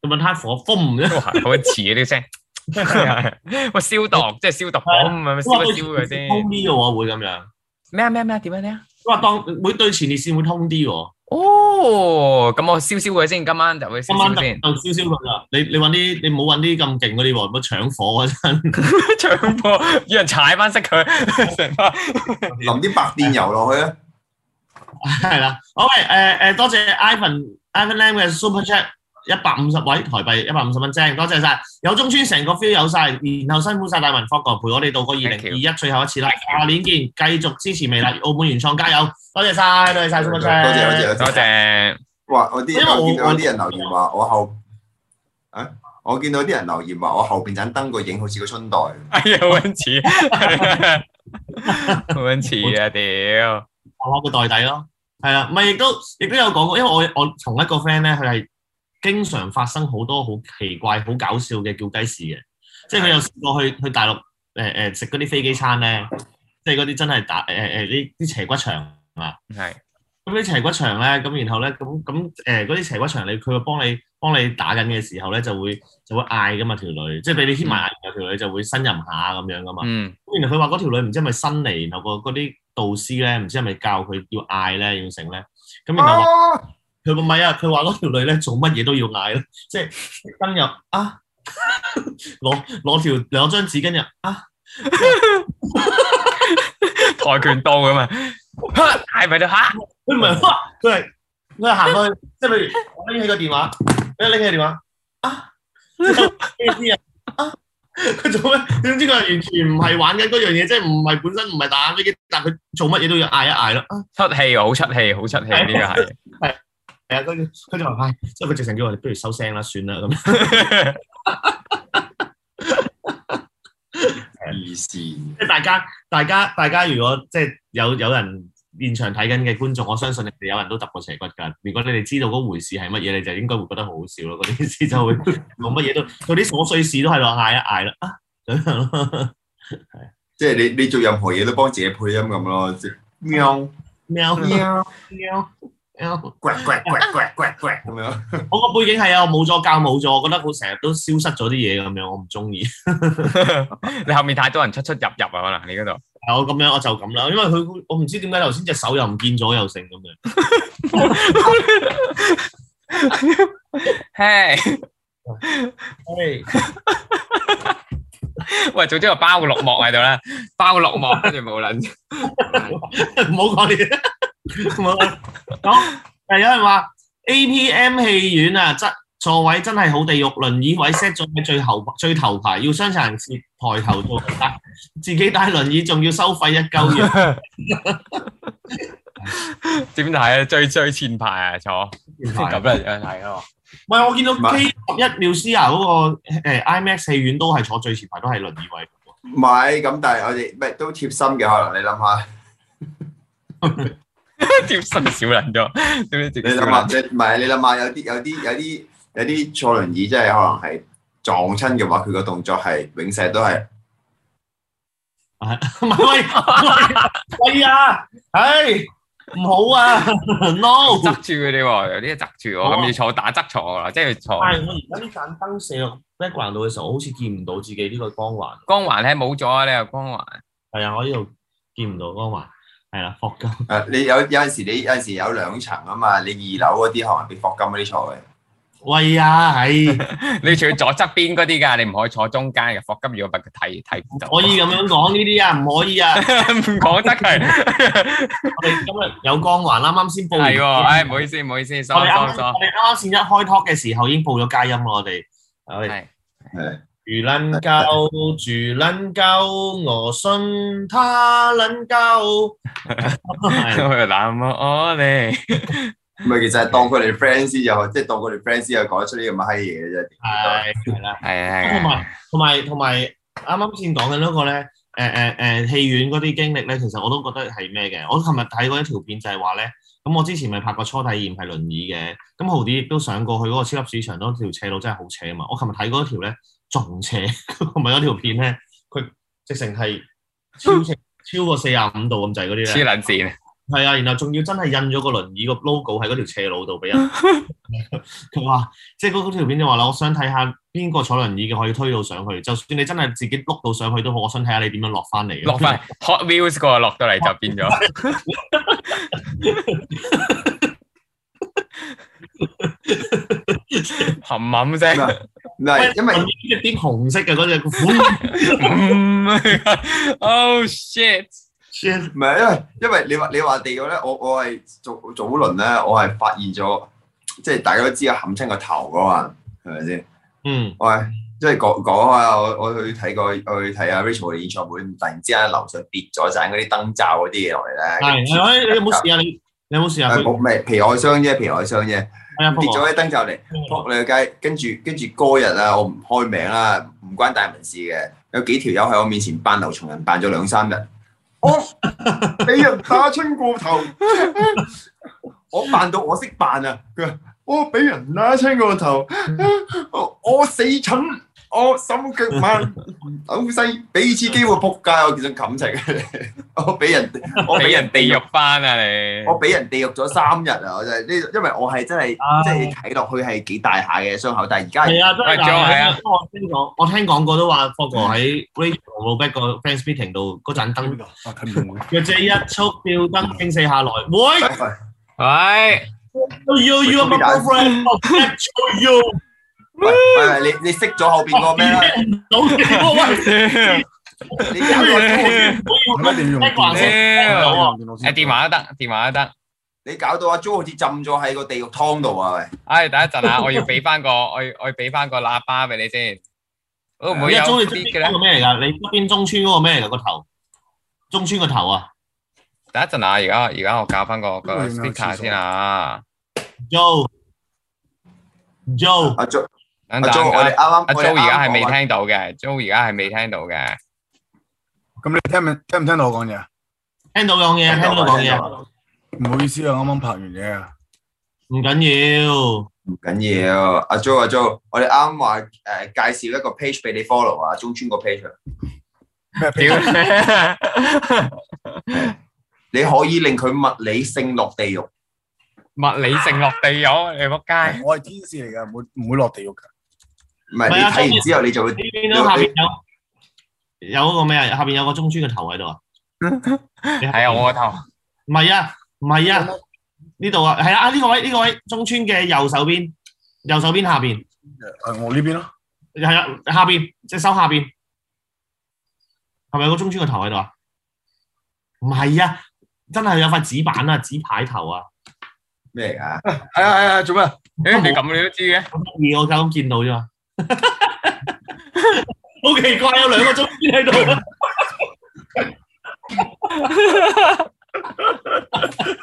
[SPEAKER 2] 樣撻火，嘣 一
[SPEAKER 3] 哇好似啊啲聲。 喂，消毒即係消毒火，唔係咪
[SPEAKER 2] 哇
[SPEAKER 3] 燒一燒佢先？
[SPEAKER 2] 通啲嘅喎，會咁樣。
[SPEAKER 3] 咩啊咩啊咩啊？點樣點啊？
[SPEAKER 2] 佢話當會對前列腺會通啲喎，
[SPEAKER 3] 哦，咁我燒燒佢先，今晚就會燒
[SPEAKER 2] 今晚
[SPEAKER 3] 燒
[SPEAKER 2] 就
[SPEAKER 3] 先。
[SPEAKER 2] 就燒燒佢啊啦。你你揾啲你唔好揾啲咁勁嗰啲喎，乜搶火啊嗰陣。
[SPEAKER 3] 搶波，要人踩翻熄佢，成班
[SPEAKER 2] 嗯
[SPEAKER 1] 淋 啲白電油落去啊！
[SPEAKER 2] 係啦，好喂，诶、诶，多謝 Ivan Ivan Lam 嘅 Super Chat 一百五十位台幣一百五十蚊正，多謝晒。有中村成個 feel 有晒，然後辛苦晒大文 f o 陪我哋度過二零
[SPEAKER 3] Thank
[SPEAKER 2] 二一最後一次啦，下年見，繼續支持微辣澳門原創加油，多謝晒，多謝晒
[SPEAKER 1] 多
[SPEAKER 2] Super
[SPEAKER 1] 謝
[SPEAKER 2] Chat，
[SPEAKER 1] 多謝
[SPEAKER 3] 多謝。
[SPEAKER 1] 哇！我啲
[SPEAKER 2] 因為我
[SPEAKER 1] 我見到有啲人
[SPEAKER 2] 我
[SPEAKER 1] 留言話我後啊，我見到啲人留言話我後邊盞燈個影好似個春袋。
[SPEAKER 3] 哎呀，好撚似， 好撚似啊！屌，
[SPEAKER 2] 我個袋底咯，係啦，咪亦都亦都有講過，因為我我同一個 friend 咧，佢係經常發生好多好奇怪、好搞笑嘅叫雞事嘅，即係佢有試過去去大陸誒誒食嗰啲飛機餐咧，即係嗰啲真係打誒誒啲啲斜骨腸啊，
[SPEAKER 3] 係
[SPEAKER 2] 咁啲斜骨腸咧，咁然後咧咁咁誒嗰啲斜骨腸你佢會幫你幫你打緊嘅時候咧就會就會嗌噶嘛條女，即係俾你牽埋眼，有條女就會呻吟下咁樣噶嘛。
[SPEAKER 3] 嗯
[SPEAKER 2] 咁然後佢話嗰條女唔知係咪新嚟，然後個嗰啲導師咧唔知係咪教佢要嗌咧要成咧，咁然後話
[SPEAKER 1] 啊
[SPEAKER 2] 佢唔係啊，佢話嗰條女咧做乜嘢都要嗌咧，即係燈入啊， 攞攞條攞張紙巾入啊，
[SPEAKER 3] 跆拳道咁啊，嚇嗌咪到嚇，
[SPEAKER 2] 佢唔係哇，佢係佢係行去，即係譬如我拎起個電話，你拎起個電話啊，你知啊啊，佢做咩？點知佢係完全唔係玩緊嗰樣嘢，即係唔係本身唔係打飛機，但係佢做乜嘢都要嗌一嗌咯。
[SPEAKER 3] 出氣好出氣，好出氣呢個係。
[SPEAKER 2] 係啊，跟住佢就話：，唉，即係佢直情叫我哋不如收聲啦，算啦咁。
[SPEAKER 1] 黐線！
[SPEAKER 2] 即係大家，大家，大家，如果即係有有人現場睇緊嘅觀眾，我相信你哋有人都揼過斜骨㗎。如果你哋知道嗰回事係乜嘢，你就應該會覺得好好笑咯。嗰啲事就會冇乜嘢都，嗰啲瑣碎事都喺度嗌一嗌啦，啊咁樣咯。
[SPEAKER 1] 即係你你做任何嘢都幫自己配音咁咯，即係喵
[SPEAKER 2] 喵
[SPEAKER 1] 喵
[SPEAKER 2] 喵喵！
[SPEAKER 1] 呱呱呱呱呱呱咁樣。
[SPEAKER 2] 我個背景係啊，我冇咗教冇咗，我覺得我成日都消失咗啲嘢咁樣，我唔中意。
[SPEAKER 3] 你後面太多人出出入入啊，可能你嗰度。
[SPEAKER 2] 係我咁樣我就咁啦，因為佢我唔知點解頭先隻手又唔見咗又成咁樣。
[SPEAKER 3] 嘿，
[SPEAKER 2] 係
[SPEAKER 3] 喂，總之我包個綠幕喺度啦，包個綠幕跟住冇撚。
[SPEAKER 2] 唔好講呢啲，唔好講咁。但係有人話 APM 戲院啊，質座位真係好地獄，輪椅位 set 咗喺最後最頭排，要傷殘人士抬頭做唔得，自己帶輪椅仲要收費一鳩嘢。
[SPEAKER 3] 點睇啊？最最前排啊，坐 咁樣
[SPEAKER 2] 啊
[SPEAKER 3] 樣 睇咯。
[SPEAKER 2] 喂，我見到
[SPEAKER 1] 唔係
[SPEAKER 2] K 一秒 C 啊嗰個呃 IMAX 戲院都係坐最前排，都係輪椅位。
[SPEAKER 1] 唔係咁，但係我哋唔係都貼心嘅，可能你諗下，
[SPEAKER 3] 貼心少撚咗，點解自
[SPEAKER 1] 你
[SPEAKER 3] 己少
[SPEAKER 1] 諗
[SPEAKER 3] 撚？
[SPEAKER 1] 下，你唔係你諗下，有啲有啲有啲有啲坐輪椅，即係可能係撞親嘅話，佢個動作係永世都係
[SPEAKER 2] 唔係喂， 喂啊，唉，唔好啊 ，no。
[SPEAKER 3] 哦 側住佢哋喎，有啲側住我，咁要坐打側坐啦，即係坐
[SPEAKER 2] 但哦係我而家呢盞燈射落 background 度嘅時候，我好似見唔到自己呢個光環。
[SPEAKER 3] 光環咧冇咗啊！你又 光環，
[SPEAKER 2] 係啊，我呢度見唔到光環。係啦，霍金。
[SPEAKER 1] 誒，啊你有有陣時你有陣時有兩層啊嘛，你二樓嗰啲可能俾霍金嗰啲坐嘅。
[SPEAKER 2] 喂啊，係，
[SPEAKER 3] 你仲要坐側邊嗰啲㗎，你唔可以坐中間嘅。霍金如果唔係佢睇睇唔到，
[SPEAKER 2] 可以咁樣講呢啲啊，唔可以啊。
[SPEAKER 3] 唔講得 佢
[SPEAKER 2] 我哋今日有光環，啱啱先報完
[SPEAKER 3] 係喎。唉，唔好意思，唔好意思，
[SPEAKER 2] 哦我哋
[SPEAKER 3] sorry sorry
[SPEAKER 2] 啱啱
[SPEAKER 3] sorry。
[SPEAKER 2] 我哋啱啱先一開 talk 嘅時候已經報咗佳音啦，我哋。我哋
[SPEAKER 3] 係
[SPEAKER 2] 住撚鳩，住撚鳩，我信他撚鳩。 係
[SPEAKER 3] 佢攬啊我哋，
[SPEAKER 1] 唔係，其實係當佢哋 friend 先有，即係當佢哋 friend 先有講出呢咁嘅閪嘢嘅啫。
[SPEAKER 2] 係係啦。
[SPEAKER 3] 係啊
[SPEAKER 2] 同
[SPEAKER 3] 係
[SPEAKER 2] 埋同埋同埋，啱啱先講緊嗰個咧，誒誒誒戲院嗰啲經歷咧，其實我都覺得係咩嘅。我琴日睇過一條片就係話咧，咁我之前咪拍過初體驗係輪椅嘅，咁豪啲亦都上過去嗰個超級市場嗰條斜路真係好斜啊嘛。我琴日睇嗰條咧仲斜， 同埋嗰條片咧，佢直情係超斜超過四廿五度咁滯嗰啲
[SPEAKER 3] 黐
[SPEAKER 2] 咧，
[SPEAKER 3] 撚線，
[SPEAKER 2] 係啊，然後仲要真係印咗個輪椅個 logo 喺嗰條斜路度 俾人。佢話即係嗰嗰條片就話啦，我想睇下邊個坐輪椅嘅可以推到上去，就算你真係自己碌到上去都好，我想睇下你點樣落翻嚟嘅。
[SPEAKER 3] 落 翻 Hot Wheels 個落到嚟就變咗，冚冚聲。
[SPEAKER 1] 唔係，因為
[SPEAKER 2] 喂一點紅色嘅嗰只款
[SPEAKER 3] 嗯 oh shit！
[SPEAKER 1] 唔係因為因為你話你話地嘅咧，我我係早早輪咧，我係發現咗，即係大家都知啊，冚親個頭噶嘛，係咪先？
[SPEAKER 2] 嗯，
[SPEAKER 1] 我係即係講講開啊，我我去睇過，我去睇阿 Rachel 嘅演唱會，突然之間樓上跌咗盞嗰啲燈罩嗰啲嘢落嚟
[SPEAKER 2] 係
[SPEAKER 1] 咧，
[SPEAKER 2] 係你有冇事啊？你你有冇事啊？
[SPEAKER 1] 誒
[SPEAKER 2] 佢
[SPEAKER 1] 冇咩皮外傷啫，皮外傷啫，跌
[SPEAKER 2] 係啊，
[SPEAKER 1] 咗啲燈罩嚟。
[SPEAKER 2] 幫我
[SPEAKER 1] 撲你個街，跟住跟住嗰日啊，我唔開名啦，唔關大文事嘅，有幾條友喺我面前扮劉松仁，扮咗兩三日，我俾人打親個頭， 我扮到我識扮啊，佢話我俾人打親個頭， 我我死蠢，我手腳慢， 老細俾次機會撲街，我其實感情， 我俾人我俾
[SPEAKER 3] 俾
[SPEAKER 1] 人
[SPEAKER 3] 人
[SPEAKER 1] 地
[SPEAKER 3] 地
[SPEAKER 1] 獄。
[SPEAKER 3] 獄翻啊你！
[SPEAKER 1] 我俾人地獄咗三日啊！我就係呢，因為我係真係
[SPEAKER 2] Ờ. 唉
[SPEAKER 1] 即係睇落去係幾大下嘅傷口，但係而家
[SPEAKER 2] 係啊，真係
[SPEAKER 3] 喂仲有係啊
[SPEAKER 2] 嗱我聽講，我聽講過都話 f o g 喺 Radio Robeck 個 fans meeting 度嗰盞
[SPEAKER 3] 嗯
[SPEAKER 2] 燈，佢即係一束吊燈傾四下來，喂
[SPEAKER 3] 喂，
[SPEAKER 2] ，you you my Oh, boyfriend，back to you，
[SPEAKER 1] 喂喂，你你識咗後邊個 咩啦？
[SPEAKER 2] 唔到你喎 喂。
[SPEAKER 1] 你有個
[SPEAKER 3] 誒電話都得，電話都得。
[SPEAKER 1] 你搞到阿 Jo 好似浸咗喺個地獄湯度啊！喂，
[SPEAKER 3] 唉，等一陣啊，我要俾翻個，我要我要俾翻個喇叭俾你先。會唔會
[SPEAKER 2] 一
[SPEAKER 3] 有
[SPEAKER 2] 中你側
[SPEAKER 3] fit 嘅
[SPEAKER 2] 邊嗰
[SPEAKER 3] 咧？
[SPEAKER 2] 個咩嚟噶？你側邊中村嗰個咩嚟㗎個頭？中村個頭啊
[SPEAKER 3] 等一陣啊，而家而家我教翻個個
[SPEAKER 5] 呢個要有廁
[SPEAKER 3] speaker
[SPEAKER 5] 所
[SPEAKER 3] 先啊。
[SPEAKER 2] ，Joe Joe，
[SPEAKER 1] 阿 Jo 阿
[SPEAKER 3] 等陣
[SPEAKER 1] Jo，我哋
[SPEAKER 3] 啊，
[SPEAKER 1] 啱
[SPEAKER 3] 阿
[SPEAKER 1] 啱
[SPEAKER 3] Jo 而家係未
[SPEAKER 1] 聽，
[SPEAKER 3] 聽到嘅，Jo 而家係未聽到嘅。
[SPEAKER 2] 聽到講嘢，聽到講嘢，唔緊要。
[SPEAKER 1] 唔緊要。阿 Jo 阿 Jo，我哋啱話誒介紹一個 page 俾你 follow 啊，中村個 page 啊。
[SPEAKER 3] 屌，
[SPEAKER 1] 你可以令佢物理性落地獄，
[SPEAKER 3] 物理性落地獄，你仆街！
[SPEAKER 1] 唔係
[SPEAKER 2] 唔
[SPEAKER 1] 你
[SPEAKER 2] 係啊
[SPEAKER 1] 睇完之後你就會
[SPEAKER 2] 你見到下邊有有嗰個咩啊？下邊有個中村嘅頭喺度啊？
[SPEAKER 3] 係
[SPEAKER 2] 係
[SPEAKER 3] 啊，我個頭。
[SPEAKER 2] 唔係啊，唔 à. 係啊，呢度啊，係啊，啊呢個位呢個位中村嘅右手邊，右手邊下邊
[SPEAKER 5] 誒我呢邊咯，
[SPEAKER 2] 系啦，下边隻手下边，係咪有個中村個頭喺度啊？唔係啊，真係有塊紙板啊，紙牌頭啊，
[SPEAKER 1] 咩嚟㗎？
[SPEAKER 5] 係啊係啊，做咩？
[SPEAKER 3] 诶，你咁你都知嘅，
[SPEAKER 2] 咁得意我就咁見到啫嘛。 好奇怪，有兩個中村喺度啊，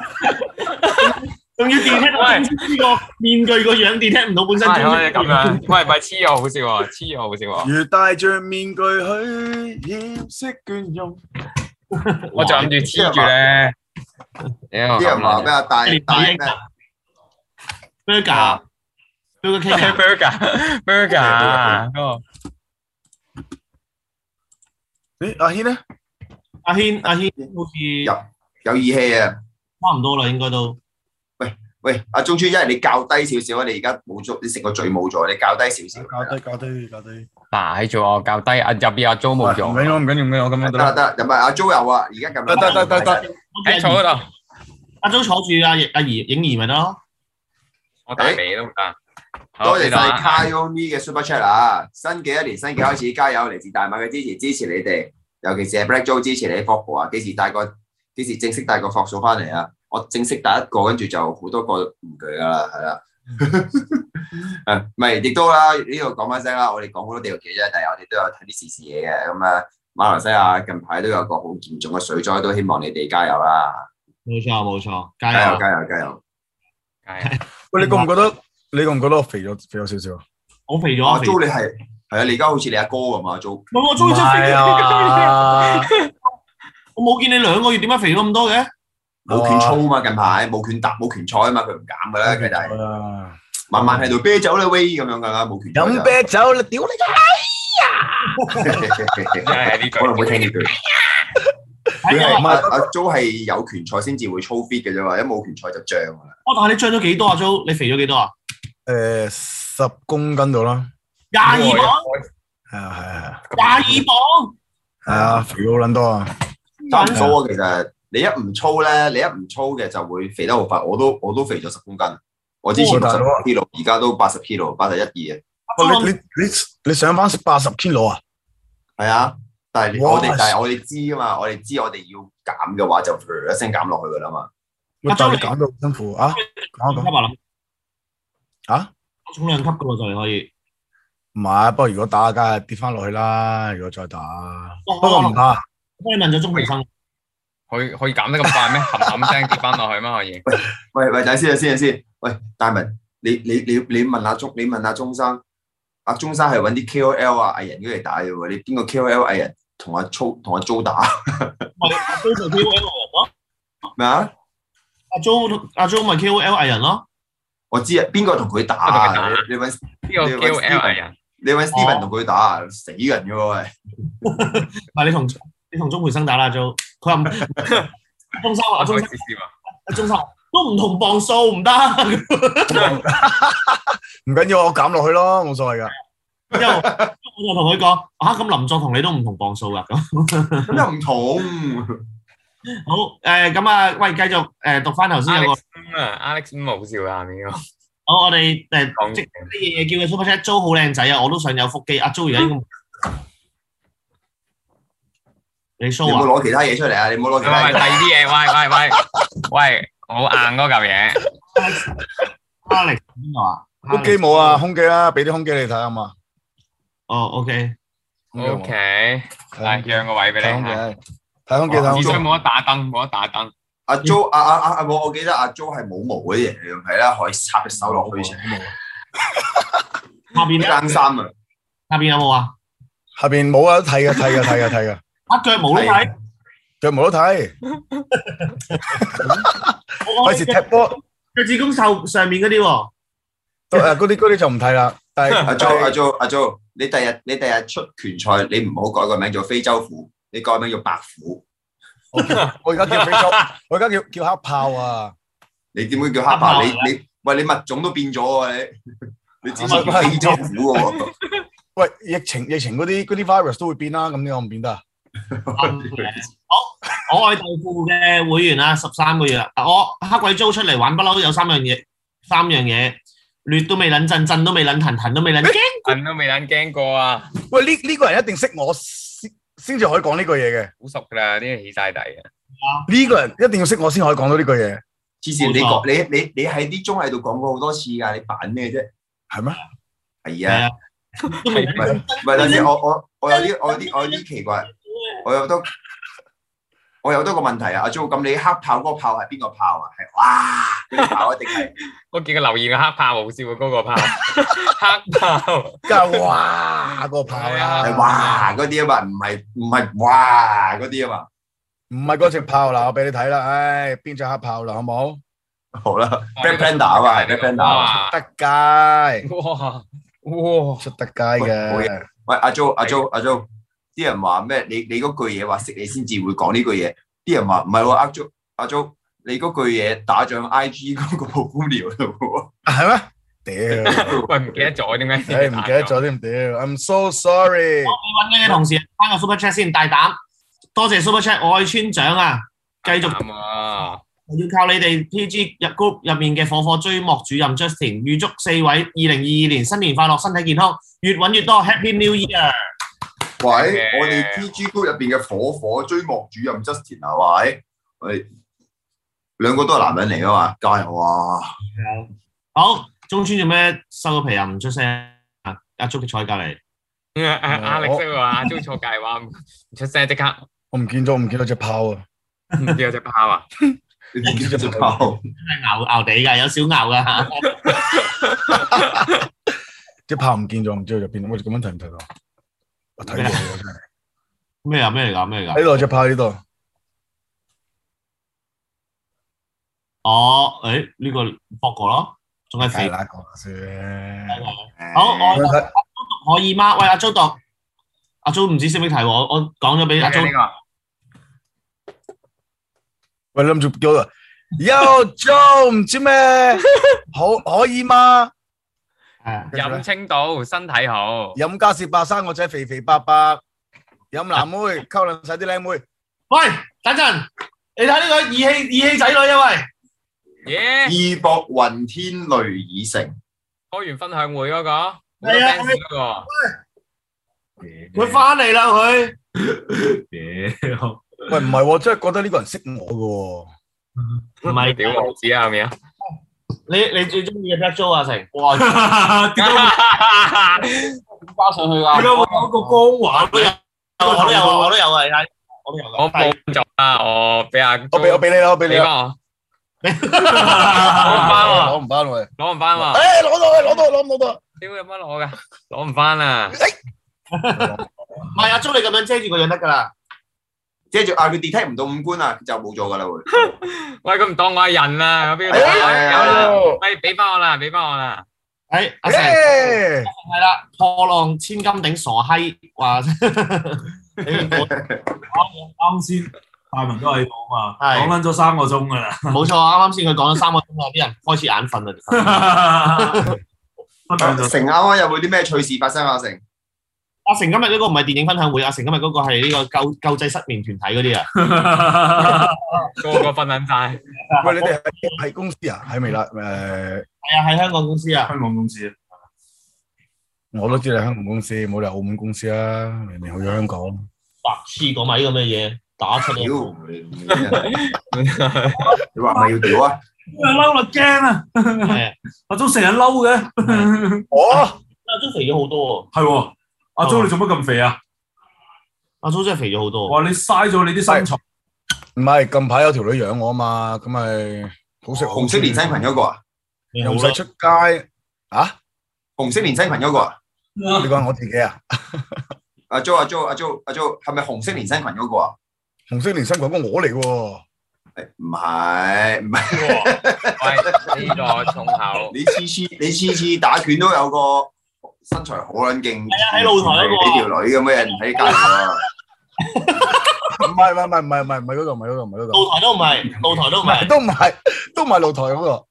[SPEAKER 2] 仲要 detect 到中村呢
[SPEAKER 3] 喂
[SPEAKER 2] 個面具個樣 detect 唔到本身中
[SPEAKER 3] 係
[SPEAKER 2] 村
[SPEAKER 3] 我
[SPEAKER 2] 個
[SPEAKER 3] 哋
[SPEAKER 2] 樣
[SPEAKER 3] 咁樣，唔係唔係黐我好笑喎，黐我好笑喎，
[SPEAKER 5] 如戴着面具去掩飾倦容。
[SPEAKER 3] 我就諗住黐住咧。屌
[SPEAKER 1] 啲人話
[SPEAKER 3] 咁
[SPEAKER 1] 咩啊？大大咩？
[SPEAKER 3] 啊
[SPEAKER 2] burger burger King 啊
[SPEAKER 3] burger burger 嗰
[SPEAKER 5] 誒阿軒咧，
[SPEAKER 2] 阿軒阿軒好似。
[SPEAKER 1] 有義氣啊！
[SPEAKER 2] 差唔多啦，應該都
[SPEAKER 1] 喂，阿中村，因為你較低少少啊，你而家冇咗，你成個嘴冇咗，你較低少少。
[SPEAKER 5] 搞低搞低搞低，
[SPEAKER 3] 個嗱喺做我較低，啊入邊阿 Jo 冇
[SPEAKER 5] 唔
[SPEAKER 3] 用
[SPEAKER 5] 緊，要唔緊要唔緊要，我咁樣
[SPEAKER 1] 得
[SPEAKER 5] 得
[SPEAKER 1] 啦
[SPEAKER 5] 啦。
[SPEAKER 1] 得啦，又唔係阿 Jo 有啊，而家咁
[SPEAKER 5] 得得得得得，
[SPEAKER 3] 喺坐嗰度，
[SPEAKER 2] 阿周坐住阿阿怡影兒咪得咯，
[SPEAKER 3] 我大髀都唔得。好
[SPEAKER 1] 多謝
[SPEAKER 3] 知
[SPEAKER 1] 晒
[SPEAKER 3] 道啦
[SPEAKER 1] Kyomi 嘅 Super Chat 啊！新嘅一年新嘅開始，加油！嚟自大馬嘅支持，支持你哋，尤其是係 Black Joe 支持你 f o g 啊！幾時帶個幾時正式帶個 f o g 數翻嚟啊？我正式帶一個，跟住就好多個唔具噶啦，係啦。 誒，唔係亦都啦，呢度講翻聲啦，我哋講好多地域嘅啫，但係我哋都有睇啲時事嘢嘅，咁啊，馬來西亞近排都有個好嚴重嘅水災，都希望你哋加油啦！
[SPEAKER 2] 冇錯冇錯，
[SPEAKER 1] 加
[SPEAKER 2] 加
[SPEAKER 1] 油
[SPEAKER 2] 油！
[SPEAKER 1] 加油加油！
[SPEAKER 3] 係啊
[SPEAKER 5] 喂，你覺唔覺得？你覺唔覺得我肥咗肥咗少少啊？
[SPEAKER 2] 我肥咗，
[SPEAKER 1] 阿
[SPEAKER 2] 我肥咗
[SPEAKER 1] Jo 哦你係係啊，你而家好似你阿哥咁啊，Jo。
[SPEAKER 2] 唔係我中意咗肥咗，
[SPEAKER 5] 啊！
[SPEAKER 2] 我冇見你兩個月點解肥咗咁多嘅？
[SPEAKER 1] 冇拳操嘛，近排冇拳搭冇拳賽啊嘛，佢唔減噶啦，佢就
[SPEAKER 5] 啊！
[SPEAKER 1] 慢慢喺度啤酒啦喂咁樣噶啦，冇拳賽
[SPEAKER 5] 飲
[SPEAKER 1] 就。
[SPEAKER 5] 啤酒啦，屌
[SPEAKER 3] 真係呢句
[SPEAKER 1] 可能會聽呢 句。
[SPEAKER 2] 哎
[SPEAKER 1] 佢
[SPEAKER 2] 呀
[SPEAKER 1] 係阿啊阿 Jo 係有拳賽先至會操 fit 嘅啫嘛，一冇拳賽就漲噶啦。
[SPEAKER 2] 哇！但係你漲咗幾多啊？周你肥咗幾多啊？
[SPEAKER 5] 你！誒，十公斤到啦，
[SPEAKER 2] 廿二磅，
[SPEAKER 5] 係啊係啊
[SPEAKER 2] 廿二磅，
[SPEAKER 5] 係啊，肥咗好撚多啊！
[SPEAKER 1] 差唔多啊，其實你一唔操咧，你一唔操嘅就會肥得好快。我都我都肥咗十公斤，我之前六
[SPEAKER 5] 哇大
[SPEAKER 1] 十
[SPEAKER 5] 佬啊
[SPEAKER 1] kilo，而家都八十 kilo，八十一二啊。
[SPEAKER 5] 喂你你你你上翻八十 kilo 啊？
[SPEAKER 1] 係啊，但係
[SPEAKER 5] 哇
[SPEAKER 1] 我哋但係我哋知啊嘛，我哋知我哋要減嘅話就一聲減落去噶啦嘛。
[SPEAKER 5] 喂
[SPEAKER 2] 阿周
[SPEAKER 5] 但係你
[SPEAKER 2] 你
[SPEAKER 5] 減到好辛苦啊！講一
[SPEAKER 2] 重
[SPEAKER 5] 講
[SPEAKER 2] 級啊諗
[SPEAKER 5] 啊！
[SPEAKER 2] 重量級噶喎，就嚟可以。
[SPEAKER 5] 唔係，不過如果打梗係跌翻落去啦。如果再打，
[SPEAKER 2] 哇
[SPEAKER 5] 不過唔怕。
[SPEAKER 2] 我問咗鍾培生，
[SPEAKER 3] 可以可以減得咁 快咩？冚冚聲跌翻落去咩可以？
[SPEAKER 1] 喂喂，等先啊，先啊，先。喂，大文，你你你你問阿鐘，你問阿鐘生，阿鐘生係揾啲 KOL 啊藝人嗰嚟打嘅喎，你邊個 KOL 藝人同阿粗同阿 Jo 打
[SPEAKER 2] 咪阿周做 KOL 人咯，
[SPEAKER 1] 咩啊？
[SPEAKER 2] 阿周阿周咪 KOL 藝人咯，
[SPEAKER 1] 我知啊，邊個同佢打
[SPEAKER 3] 邊個同
[SPEAKER 1] 啊
[SPEAKER 3] 佢？
[SPEAKER 1] 你揾
[SPEAKER 3] 呢個 KOL 藝人
[SPEAKER 1] 你揾 Steven 同佢打啊，死人嘅喎 喂！
[SPEAKER 2] 咪你同你同鍾培生打啦，周佢話唔 鍾生話
[SPEAKER 3] 我
[SPEAKER 2] 阿鍾
[SPEAKER 3] 可以
[SPEAKER 2] 生
[SPEAKER 3] 試試啊！
[SPEAKER 2] 阿中生都唔同磅數唔得，
[SPEAKER 5] 唔緊要，我減落去咯，冇所謂噶。
[SPEAKER 2] 之後我就同佢講：啊，咁林作同你都唔同磅數噶。咁
[SPEAKER 1] 咁又唔同，
[SPEAKER 2] 好誒，咁、啊，喂，繼續誒、讀翻頭先有個
[SPEAKER 3] Alex，五啊，Alex 五好笑啊！下面嗰個
[SPEAKER 2] 好，我哋誒
[SPEAKER 3] 講
[SPEAKER 2] 即啲嘢叫佢 super chat，租好靚仔啊，我都想有腹肌。阿租而家應該你
[SPEAKER 1] 你
[SPEAKER 2] show
[SPEAKER 1] 冇
[SPEAKER 2] 啊，
[SPEAKER 1] 攞其他嘢出嚟啊！你冇攞
[SPEAKER 3] 喂
[SPEAKER 1] 其他嘢
[SPEAKER 3] 喂，
[SPEAKER 1] 出
[SPEAKER 3] 第
[SPEAKER 1] 嚟。
[SPEAKER 3] 二啲嘢，喂喂喂喂，好硬嗰 嚿嘢，
[SPEAKER 2] 阿力邊個啊？
[SPEAKER 5] 腹肌冇啊，胸肌啦，俾啲胸肌你睇下嘛。
[SPEAKER 2] 哦，OK，
[SPEAKER 5] 胸肌
[SPEAKER 3] O
[SPEAKER 5] 冇
[SPEAKER 3] K，
[SPEAKER 5] 睇
[SPEAKER 3] 嚟讓個位俾
[SPEAKER 5] 睇胸
[SPEAKER 3] 你哦
[SPEAKER 5] 肌
[SPEAKER 3] 嚇。，
[SPEAKER 5] 睇胸肌，睇
[SPEAKER 3] 智
[SPEAKER 5] 胸
[SPEAKER 3] 商
[SPEAKER 5] 肌。
[SPEAKER 3] 冇得打燈，冇得打燈。
[SPEAKER 1] 阿 Jo 啊啊啊啊！我我記得阿 Jo 係冇毛嗰啲人嚟嘅，係啦，可以插隻手落去成
[SPEAKER 2] 下邊呢
[SPEAKER 1] 單衫啊！
[SPEAKER 2] 下邊有冇啊？
[SPEAKER 5] 下邊冇啊，睇嘅，睇嘅，睇嘅，睇嘅，
[SPEAKER 2] 啊，腳毛都睇，
[SPEAKER 5] 腳毛都睇。
[SPEAKER 2] 我我
[SPEAKER 5] 費事
[SPEAKER 2] 腳
[SPEAKER 5] 踢波，
[SPEAKER 2] 腳趾公受上面嗰啲喎，
[SPEAKER 5] 都誒嗰啲嗰啲就唔睇啦。但係
[SPEAKER 1] 阿 Jo 阿 Jo 阿 Jo，你第日你第日出拳賽，你唔好改個名做非洲虎，你改名叫白虎。
[SPEAKER 5] 我而家叫非洲， 我而家叫叫黑豹啊！
[SPEAKER 1] 你點會叫黑豹？
[SPEAKER 2] 黑
[SPEAKER 1] 你
[SPEAKER 2] 豹
[SPEAKER 1] 你喂你物種都變咗啊！你你只係叫非洲虎喎。
[SPEAKER 5] 喂，疫情疫情嗰啲嗰啲 virus 都會變啦，咁呢個唔變得啊？
[SPEAKER 2] 好，我愛豆腐啊哦嘅會員啊，十三個月啦。我黑鬼租出嚟玩不嬲，有三樣嘢，三樣嘢亂都未撚震，震都未撚騰，騰都未撚驚。
[SPEAKER 3] 人都未撚驚過啊，
[SPEAKER 5] 喂，呢呢个人一定識我先先至可以講呢句嘢嘅。
[SPEAKER 3] 好熟㗎啦，啲人起晒底 啊，
[SPEAKER 5] 呢個人一定要識我先可以講到呢句嘢，
[SPEAKER 1] 黐線，你
[SPEAKER 2] 冇
[SPEAKER 1] 講
[SPEAKER 2] 錯
[SPEAKER 1] 你你你喺啲綜藝度講過好多次㗎，你扮咩啫？
[SPEAKER 5] 係咩？
[SPEAKER 1] 係
[SPEAKER 2] 係
[SPEAKER 1] 啊
[SPEAKER 2] 啊，都未
[SPEAKER 1] 唔係唔係，等陣先，我我我有啲我有啲我有啲奇怪，我有多我有多個問題啊，阿 Jo，咁你黑炮嗰個炮係邊個炮啊？係哇，嗰啲炮一定係
[SPEAKER 3] 我見佢留言嘅黑炮好笑啊，嗰個炮黑炮，
[SPEAKER 5] 梗係哇個炮
[SPEAKER 1] 係啊
[SPEAKER 5] 啦，
[SPEAKER 1] 哇嗰啲啊嘛，唔係唔係哇嗰啲啊嘛。
[SPEAKER 5] 唔係嗰隻炮啦，我俾你睇啦，唉，邊隻黑炮啦，好冇？
[SPEAKER 1] 好啦，Black Panda 啊嘛，Black Panda 啊嘛。
[SPEAKER 5] 得街，
[SPEAKER 3] 哇哇
[SPEAKER 5] 出得街
[SPEAKER 1] 喂
[SPEAKER 5] 嘅。
[SPEAKER 1] 喂，阿 Jo，阿 Jo，阿 Jo，啲人話咩？你你嗰句嘢話識你先至會講呢句嘢，啲人話唔係喎，阿 Jo，阿 Jo，你嗰句嘢打上 IG 嗰個好無聊嘞 喎。
[SPEAKER 5] 啊係咩？屌，
[SPEAKER 3] 喂唔記得咗點解？
[SPEAKER 5] 唉，唔記得咗添，屌，I'm so sorry。
[SPEAKER 2] 揾嘅同事翻個 super chat 先，大膽，多謝 super chat，我愛村長啊！繼續
[SPEAKER 3] 啱啊！
[SPEAKER 2] 要靠你哋 PG 入 group 入面嘅火火追幕主任 Justin，預祝四位二零二二年新年快樂，身體健康，越揾越多 Happy New Year！
[SPEAKER 1] 喂，
[SPEAKER 3] 嗯
[SPEAKER 1] 我哋 PG Group 入邊嘅火火追幕主任 Justin 啊，喂，喂，兩個都係男人嚟噶嘛，加油 啊！
[SPEAKER 2] 好，中村做咩收咗皮啊？唔出聲啊！阿竹嘅坐喺隔離，
[SPEAKER 3] 啊啊阿力識話阿 Jo 錯界話唔出聲，即刻
[SPEAKER 5] 我唔見咗，唔見咗隻炮啊！
[SPEAKER 3] 唔知有隻炮啊！
[SPEAKER 1] 你點知隻炮？
[SPEAKER 2] 真係咬咬地㗎，有少咬㗎。
[SPEAKER 5] 隻炮唔見咗，唔知佢入邊。我咁樣睇唔睇到？我睇到喎真係
[SPEAKER 2] 咩啊？咩嚟㗎？咩嚟㗎？
[SPEAKER 5] 呢度隻炮喺呢度。
[SPEAKER 2] 哦，誒呢個博過咯，仲係
[SPEAKER 5] 梗係
[SPEAKER 2] 肥。
[SPEAKER 5] 啦，講下先。
[SPEAKER 2] 好，我
[SPEAKER 5] 想睇
[SPEAKER 2] 可以嗎？喂，阿 Jo 讀，阿 Jo 唔知識唔識睇喎，我我講咗俾 阿 Jo
[SPEAKER 3] 呢。個
[SPEAKER 5] 喂，你諗住叫佢 Yo Joe 唔知咩？好可以嗎？
[SPEAKER 2] 係啊
[SPEAKER 3] 飲青島，身體好。
[SPEAKER 5] 飲家是白生個仔肥肥白白，飲男妹溝撚晒啲靚妹。
[SPEAKER 2] 喂，等陣，你睇呢個義氣義氣仔女啊喂！
[SPEAKER 3] 耶！
[SPEAKER 1] 義薄雲天雷已成，
[SPEAKER 3] 開完分享會嗰個，好多
[SPEAKER 2] 係啊
[SPEAKER 3] fans 嗰個。
[SPEAKER 2] 佢翻嚟啦，佢
[SPEAKER 4] 屌，
[SPEAKER 5] 喂，唔係喎，真係覺得呢個人識我嘅喎。
[SPEAKER 2] 唔係
[SPEAKER 3] 屌王子啊，係 咪
[SPEAKER 2] 你你最中意嘅 Black Joe 啊成，哇，
[SPEAKER 4] 點解
[SPEAKER 3] 啊？
[SPEAKER 2] 包上去
[SPEAKER 4] 點
[SPEAKER 2] 噶，
[SPEAKER 4] 解會有個光環咧？
[SPEAKER 2] 我都有啊，我都有啊，係我都有
[SPEAKER 3] 我
[SPEAKER 2] 啊。
[SPEAKER 3] 報咗啊，我俾阿
[SPEAKER 5] 我俾我俾你啦，我俾你
[SPEAKER 3] 你
[SPEAKER 5] 啦。
[SPEAKER 3] 幫我
[SPEAKER 5] 攞唔翻喎。
[SPEAKER 3] 攞唔翻
[SPEAKER 5] 誒
[SPEAKER 3] 喎，
[SPEAKER 5] 攞到啊，攞到，攞唔到啊。
[SPEAKER 3] 屌有乜攞㗎？攞唔翻啊！
[SPEAKER 2] 唔係阿 Jo 你咁樣遮住個樣得㗎啦，
[SPEAKER 1] 遮住啊！佢 detect 唔到五官啊，就冇咗噶啦 會。
[SPEAKER 3] 喂，佢唔當我係人啊，我邊度
[SPEAKER 5] 哎
[SPEAKER 3] 有
[SPEAKER 1] 呀
[SPEAKER 3] 啦？
[SPEAKER 5] 呦
[SPEAKER 3] 喂，俾翻我啦，俾翻我啦！
[SPEAKER 2] 係阿成
[SPEAKER 5] 耶！
[SPEAKER 2] 係啦，破浪千金頂傻閪話，你
[SPEAKER 4] 啱先大明都喺度啊嘛，
[SPEAKER 2] 係
[SPEAKER 4] 講撚咗三個 鐘㗎啦。
[SPEAKER 2] 冇錯啊，啱啱先佢講咗三個鐘啊，啲人開始眼瞓啦。
[SPEAKER 4] 分享
[SPEAKER 2] 啊
[SPEAKER 4] 咗
[SPEAKER 1] 成啱啱有冇啲咩趣事發生啊？成
[SPEAKER 2] 阿成今日嗰個唔係電影分享會，阿成今日嗰個係呢個救救濟失眠團體嗰啲啊。
[SPEAKER 3] 個個瞓撚晒，
[SPEAKER 5] 喂，你哋係係公司啊？喺微辣誒，
[SPEAKER 2] 係啊，係香港公司啊。
[SPEAKER 4] 香港公司
[SPEAKER 5] 我都知你係香港公司，冇理由澳門公司啊。明明去咗香港。
[SPEAKER 2] 白痴講埋呢咁嘅嘢，打啊出嚟。
[SPEAKER 1] 屌你你你話咪要屌啊？
[SPEAKER 4] 嬲啦驚啊！
[SPEAKER 2] 係啊，
[SPEAKER 4] 阿鐘成日嬲嘅，
[SPEAKER 5] 哦，
[SPEAKER 2] 阿祖肥咗好多喎。
[SPEAKER 4] 係喎。阿
[SPEAKER 2] 哦
[SPEAKER 4] 鐘你做乜咁肥啊？
[SPEAKER 2] 阿祖真係肥咗好多喎。
[SPEAKER 4] 哇！你嘥咗你啲身材。
[SPEAKER 5] 唔係近排有條女養我啊嘛，咁咪好食
[SPEAKER 1] 紅色連身裙嗰個啊，
[SPEAKER 2] 你
[SPEAKER 5] 又
[SPEAKER 2] 好
[SPEAKER 5] 唔
[SPEAKER 2] 啦
[SPEAKER 5] 使，出街啊？
[SPEAKER 1] 紅色連身裙嗰個啊，
[SPEAKER 5] 你講我自己啊？
[SPEAKER 1] 阿 Jo 阿 Jo 阿 Jo 阿 Jo 係咪紅色連身裙嗰個啊？
[SPEAKER 5] 紅色連身裙嗰個我嚟喎，
[SPEAKER 1] 誒唔係唔 係，
[SPEAKER 3] 喂，呢個重口，
[SPEAKER 1] 你次次你次次打拳都有個身材好撚勁，係
[SPEAKER 2] 啊喺露台嗰個啊
[SPEAKER 1] 俾條女咁嘅人喺街度啊，
[SPEAKER 5] 唔係唔係唔係唔係唔係嗰個，唔係嗰個，唔係嗰
[SPEAKER 2] 露台都唔係，露台都唔
[SPEAKER 5] 個，
[SPEAKER 2] 係。
[SPEAKER 5] 都唔係都唔係露台嗰個，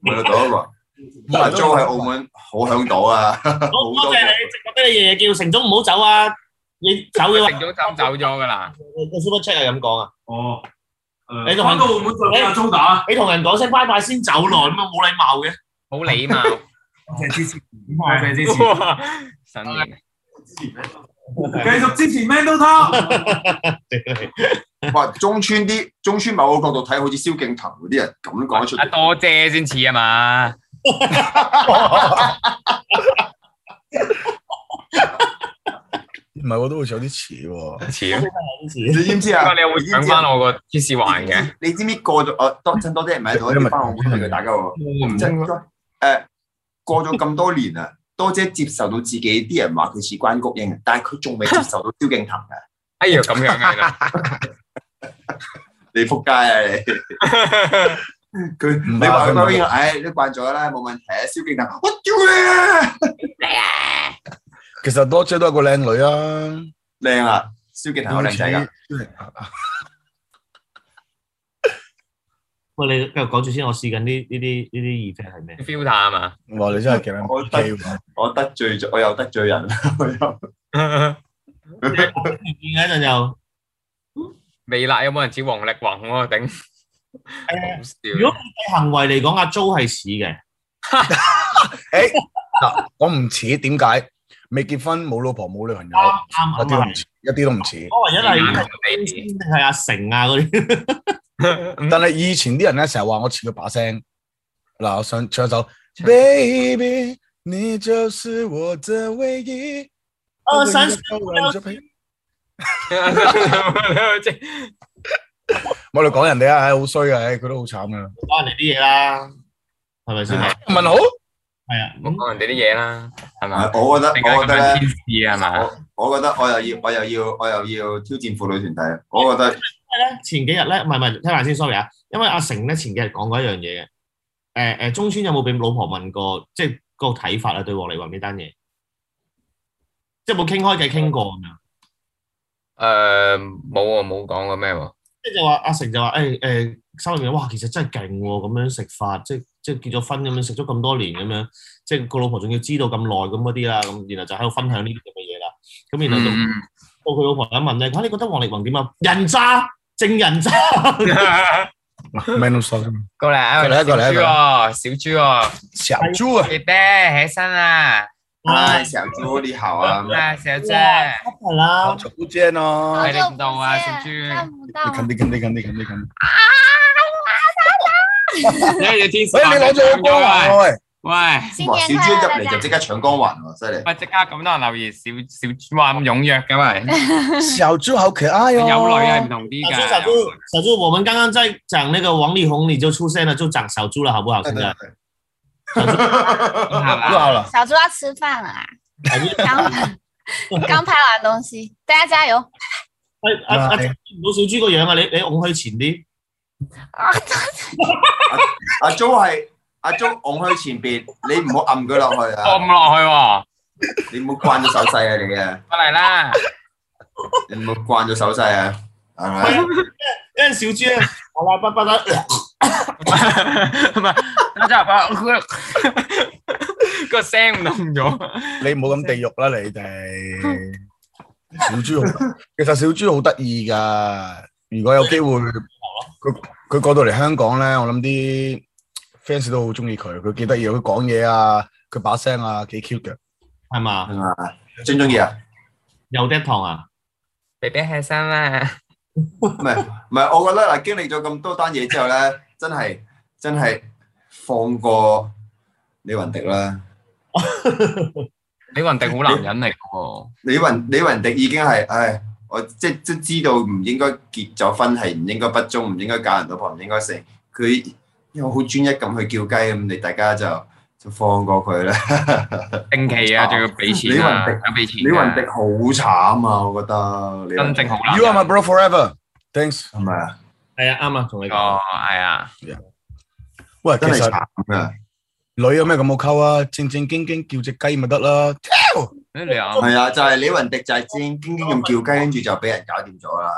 [SPEAKER 1] 咪到嗰
[SPEAKER 2] 啊
[SPEAKER 1] 個。
[SPEAKER 5] 唔
[SPEAKER 1] 阿
[SPEAKER 5] 係
[SPEAKER 1] Jo 喺澳門好響到啊，
[SPEAKER 2] 好
[SPEAKER 1] 好多
[SPEAKER 2] 多謝你，直播俾你爺爺叫成總唔好走啊！你走嘅話，
[SPEAKER 3] 成咗心走咗㗎啦。
[SPEAKER 2] 個 super check 係咁講啊。
[SPEAKER 4] 哦，
[SPEAKER 2] 你
[SPEAKER 4] 誒
[SPEAKER 2] 仲
[SPEAKER 4] 翻到會唔會再俾阿鐘打？
[SPEAKER 2] 你同人講聲拜拜先走咯，咁啊冇禮貌嘅。
[SPEAKER 3] 好禮貌。
[SPEAKER 4] 多謝支持，多謝支持，
[SPEAKER 3] 哇新年
[SPEAKER 4] 繼續支持 Man Do Talk。
[SPEAKER 1] 哇，中村啲中村某個角度睇，好似蕭敬騰嗰啲人咁講得出
[SPEAKER 3] 啊，
[SPEAKER 1] 嚟。
[SPEAKER 3] 多謝先似啊嘛。
[SPEAKER 5] 唔係喎，都好似有啲似喎。
[SPEAKER 3] 似
[SPEAKER 2] 真
[SPEAKER 3] 啊
[SPEAKER 2] 係好似
[SPEAKER 1] 你知唔知啊？
[SPEAKER 3] 你又會
[SPEAKER 1] 你知唔
[SPEAKER 3] 搶
[SPEAKER 1] 知啊
[SPEAKER 3] 翻我個天使環嘅？
[SPEAKER 1] 你知唔知過咗我多趁多啲人買到，啲翻我啊會嘅大家喎。
[SPEAKER 3] 我唔
[SPEAKER 1] 即係誒呃過咗咁多年啊，多姐接受到自己啲人話佢似關谷英，啊但係佢仲未接受到蕭敬騰啊嘅。
[SPEAKER 3] 哎呀咁樣啊！
[SPEAKER 1] 你仆街啊你！ 佢
[SPEAKER 5] 唔係
[SPEAKER 1] 你啊話佢
[SPEAKER 5] 佢唔係
[SPEAKER 1] 關谷英，唉，你慣咗啦，冇問題啊。蕭敬騰，我屌你啊！
[SPEAKER 5] 其實多姐都係個靚女啊，
[SPEAKER 1] 靚啊！蕭敬騰好靚仔㗎。
[SPEAKER 2] 喂，你繼續講住先，我試緊呢呢啲呢啲 effect 係咩？
[SPEAKER 3] filter 啊嘛，
[SPEAKER 5] 哇！你真係幾靚
[SPEAKER 1] 我得我得罪咗，我又得罪人，我又
[SPEAKER 2] 唔見嘅一陣又，
[SPEAKER 3] 微辣有冇人似王力宏喎？頂好
[SPEAKER 2] 如
[SPEAKER 3] 笑
[SPEAKER 2] 果以行為嚟講，阿 Jo 係似嘅，
[SPEAKER 5] 嗱，我唔似點解？未結婚，冇老婆，冇女朋
[SPEAKER 2] 啱
[SPEAKER 5] 友，一
[SPEAKER 2] 啱啊
[SPEAKER 5] 啲都
[SPEAKER 2] 啱
[SPEAKER 5] 唔似，一啲都唔似。
[SPEAKER 2] 我唯一
[SPEAKER 3] 你眼
[SPEAKER 2] 係
[SPEAKER 3] 紅
[SPEAKER 2] 先
[SPEAKER 3] 你
[SPEAKER 2] 定係阿成啊嗰啲，
[SPEAKER 5] 但係以前啲人咧成日話我似佢把聲。嗱，我想唱一首 Baby，你就是我的唯一。
[SPEAKER 2] 我想
[SPEAKER 5] 我哋講人哋啊，唉，好衰啊，唉，佢都好慘噶。
[SPEAKER 2] 講人哋啲嘢啦，係咪先？係
[SPEAKER 5] 問好，
[SPEAKER 2] 啊，
[SPEAKER 3] 唔好講人哋啲嘢啦，係嘛？
[SPEAKER 1] 我覺得
[SPEAKER 3] 突然間
[SPEAKER 1] 我覺
[SPEAKER 3] 咁
[SPEAKER 1] 得咧，
[SPEAKER 3] 樣天使啊嘛，
[SPEAKER 1] 我覺得我又
[SPEAKER 6] 嗯
[SPEAKER 1] 要我又要我又要挑戰婦女團體，我覺得。
[SPEAKER 2] 因為咧前幾日咧，唔係唔係，聽埋先，sorry 啊。因為阿成咧前幾日講過一樣嘢嘅，誒、誒，中村有冇俾老婆問過，即係個睇法啊對王力宏呢單嘢，即係冇傾開偈傾過咁樣。
[SPEAKER 3] 誒冇啊，冇講過咩喎？
[SPEAKER 2] 即係就話阿成就話誒誒心裏面哇，其實真係勁喎，咁樣食法，即係即係結咗婚咁樣食咗咁多年咁樣，即係個老婆仲要知道咁耐咁嗰啲啦，咁然後就喺度分享呢啲咁嘅嘢啦。咁然後到
[SPEAKER 3] 嗯
[SPEAKER 2] 到佢老婆一問咧，佢話你覺得王力宏點啊？人渣，正人渣。
[SPEAKER 5] 咩都衰。
[SPEAKER 3] 過嚟，
[SPEAKER 5] 過嚟過嚟
[SPEAKER 3] 小豬喎，小豬喎，
[SPEAKER 5] 小豬啊，
[SPEAKER 3] 你爹起身啦，
[SPEAKER 1] 唉，成日做啲校啊！
[SPEAKER 6] 嗯
[SPEAKER 3] 啊，小
[SPEAKER 2] 哇，
[SPEAKER 3] 姐，
[SPEAKER 2] 係啦，
[SPEAKER 5] 好正啊！
[SPEAKER 3] 哎
[SPEAKER 5] 你
[SPEAKER 3] 你唔到啊小豬
[SPEAKER 6] 看不到。
[SPEAKER 5] 近啲，近啲，近啲，近啲，近啲。
[SPEAKER 3] 你要天使
[SPEAKER 5] 喂，你攞咗個光環喂！
[SPEAKER 3] 喂！
[SPEAKER 6] 新
[SPEAKER 1] 哇，小
[SPEAKER 6] 年
[SPEAKER 1] 豬
[SPEAKER 6] 快
[SPEAKER 1] 一入
[SPEAKER 6] 樂，
[SPEAKER 1] 嚟
[SPEAKER 6] 大
[SPEAKER 1] 就
[SPEAKER 6] 家！
[SPEAKER 1] 即刻搶光環喎，犀利！
[SPEAKER 3] 喂，即刻咁多人留言，小小豬話咁踴躍嘅喂，
[SPEAKER 5] 小豬好可愛哦。
[SPEAKER 3] 有女係唔同啲
[SPEAKER 2] 小
[SPEAKER 3] 㗎。
[SPEAKER 2] 豬小豬小豬，我們剛剛在講那個王力宏，你就出現了，就講小豬了，好不好？現在
[SPEAKER 3] 係
[SPEAKER 5] 都
[SPEAKER 3] 嘛？
[SPEAKER 5] 好啦，
[SPEAKER 6] 小豬要吃飯了啊！刚刚拍完东西，大家加油！
[SPEAKER 2] 喂哎阿阿見唔到小豬個樣啊，你你拱佢前啲，
[SPEAKER 6] 啊，
[SPEAKER 1] 阿 Jo 係阿 Jo 拱去前邊，你唔好撳佢落去
[SPEAKER 3] 放
[SPEAKER 1] 啊！
[SPEAKER 3] 唔落去喎，
[SPEAKER 1] 你唔好慣咗手勢啊！你啊，
[SPEAKER 3] 過嚟啦！
[SPEAKER 1] 你唔好慣咗手勢啊！係咪？
[SPEAKER 2] 因為哎小豬咧，我啦不不得。
[SPEAKER 3] 唔係，等陣啊，個聲唔同咗。
[SPEAKER 5] 你唔好咁地獄啦，你哋。小豬好，其實小豬好得意㗎。如果有機會，佢佢過到嚟香港咧，我諗啲 fans 都好中意佢。佢幾得意，佢講嘢啊，佢把聲啊，幾 cute 嘅。
[SPEAKER 2] 係嘛？
[SPEAKER 1] 係嘛？中唔中意啊？
[SPEAKER 2] 有啲糖啊！
[SPEAKER 3] B B 起身啦，
[SPEAKER 1] 唔係唔係，我覺得嗱，經歷咗咁多單嘢之後咧，真係真係放過李雲迪啦。
[SPEAKER 3] 李雲迪好男人嚟嘅喎，
[SPEAKER 1] 李雲李雲迪已經係唉，我即即知道唔應該結咗婚係唔應該不忠，唔應該搞人老婆，唔應該成佢又好專一咁去叫雞咁，你大家就就放過佢
[SPEAKER 3] 嗯
[SPEAKER 1] 啦。
[SPEAKER 3] 定期啊，仲要俾錢啊，有俾錢
[SPEAKER 1] 李雲迪
[SPEAKER 3] 㗎。
[SPEAKER 1] 好慘啊，我覺得李雲
[SPEAKER 3] 真
[SPEAKER 1] 迪
[SPEAKER 3] 正好男
[SPEAKER 5] You are
[SPEAKER 3] 人
[SPEAKER 5] my bro forever. Thanks。
[SPEAKER 1] 係咪啊？
[SPEAKER 2] 係啊，啱啊，同你講
[SPEAKER 3] 哦，係啊，
[SPEAKER 5] 喂，其
[SPEAKER 1] 真係
[SPEAKER 5] 實
[SPEAKER 1] 慘啊！
[SPEAKER 5] 女有咩咁好溝啊？正正經經叫只雞咪得啦。
[SPEAKER 3] 你又
[SPEAKER 1] 係啊，就係李雲迪就係正經經咁叫雞，跟住就俾人搞掂咗啦。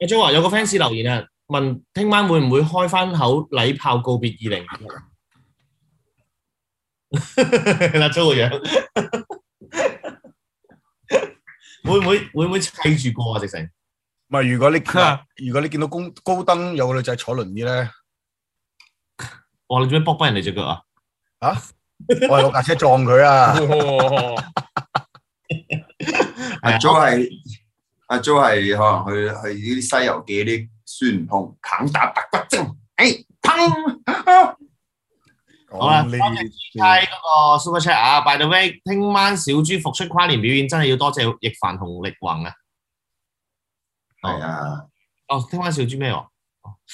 [SPEAKER 2] 阿 Jo 話有個 fans 留言啊，問聽晚會唔會開翻口禮炮告別二零 二？阿 Jo 個樣， 會唔會會唔會砌住過啊？直 成
[SPEAKER 5] 唔系，如果你 如果你見到高高登有個女仔坐輪椅咧，
[SPEAKER 2] 哇！你做咩卜翻人哋只腳啊？
[SPEAKER 5] 我係攞架車撞佢啊！
[SPEAKER 1] 阿 Jo 係阿 Jo 係可能去去呢啲《西遊記》啲孫悟空砍打白骨精，哎，砰！
[SPEAKER 2] 好啦
[SPEAKER 5] 講
[SPEAKER 2] 多
[SPEAKER 5] 呢
[SPEAKER 2] 謝
[SPEAKER 5] 啲
[SPEAKER 2] 係嗰個 Super Chat 啊，by the way，聽晚小豬復出跨年表演真係要多謝易凡同力宏啊！
[SPEAKER 1] 係啊，
[SPEAKER 2] 哦，聽晚小豬咩喎？哦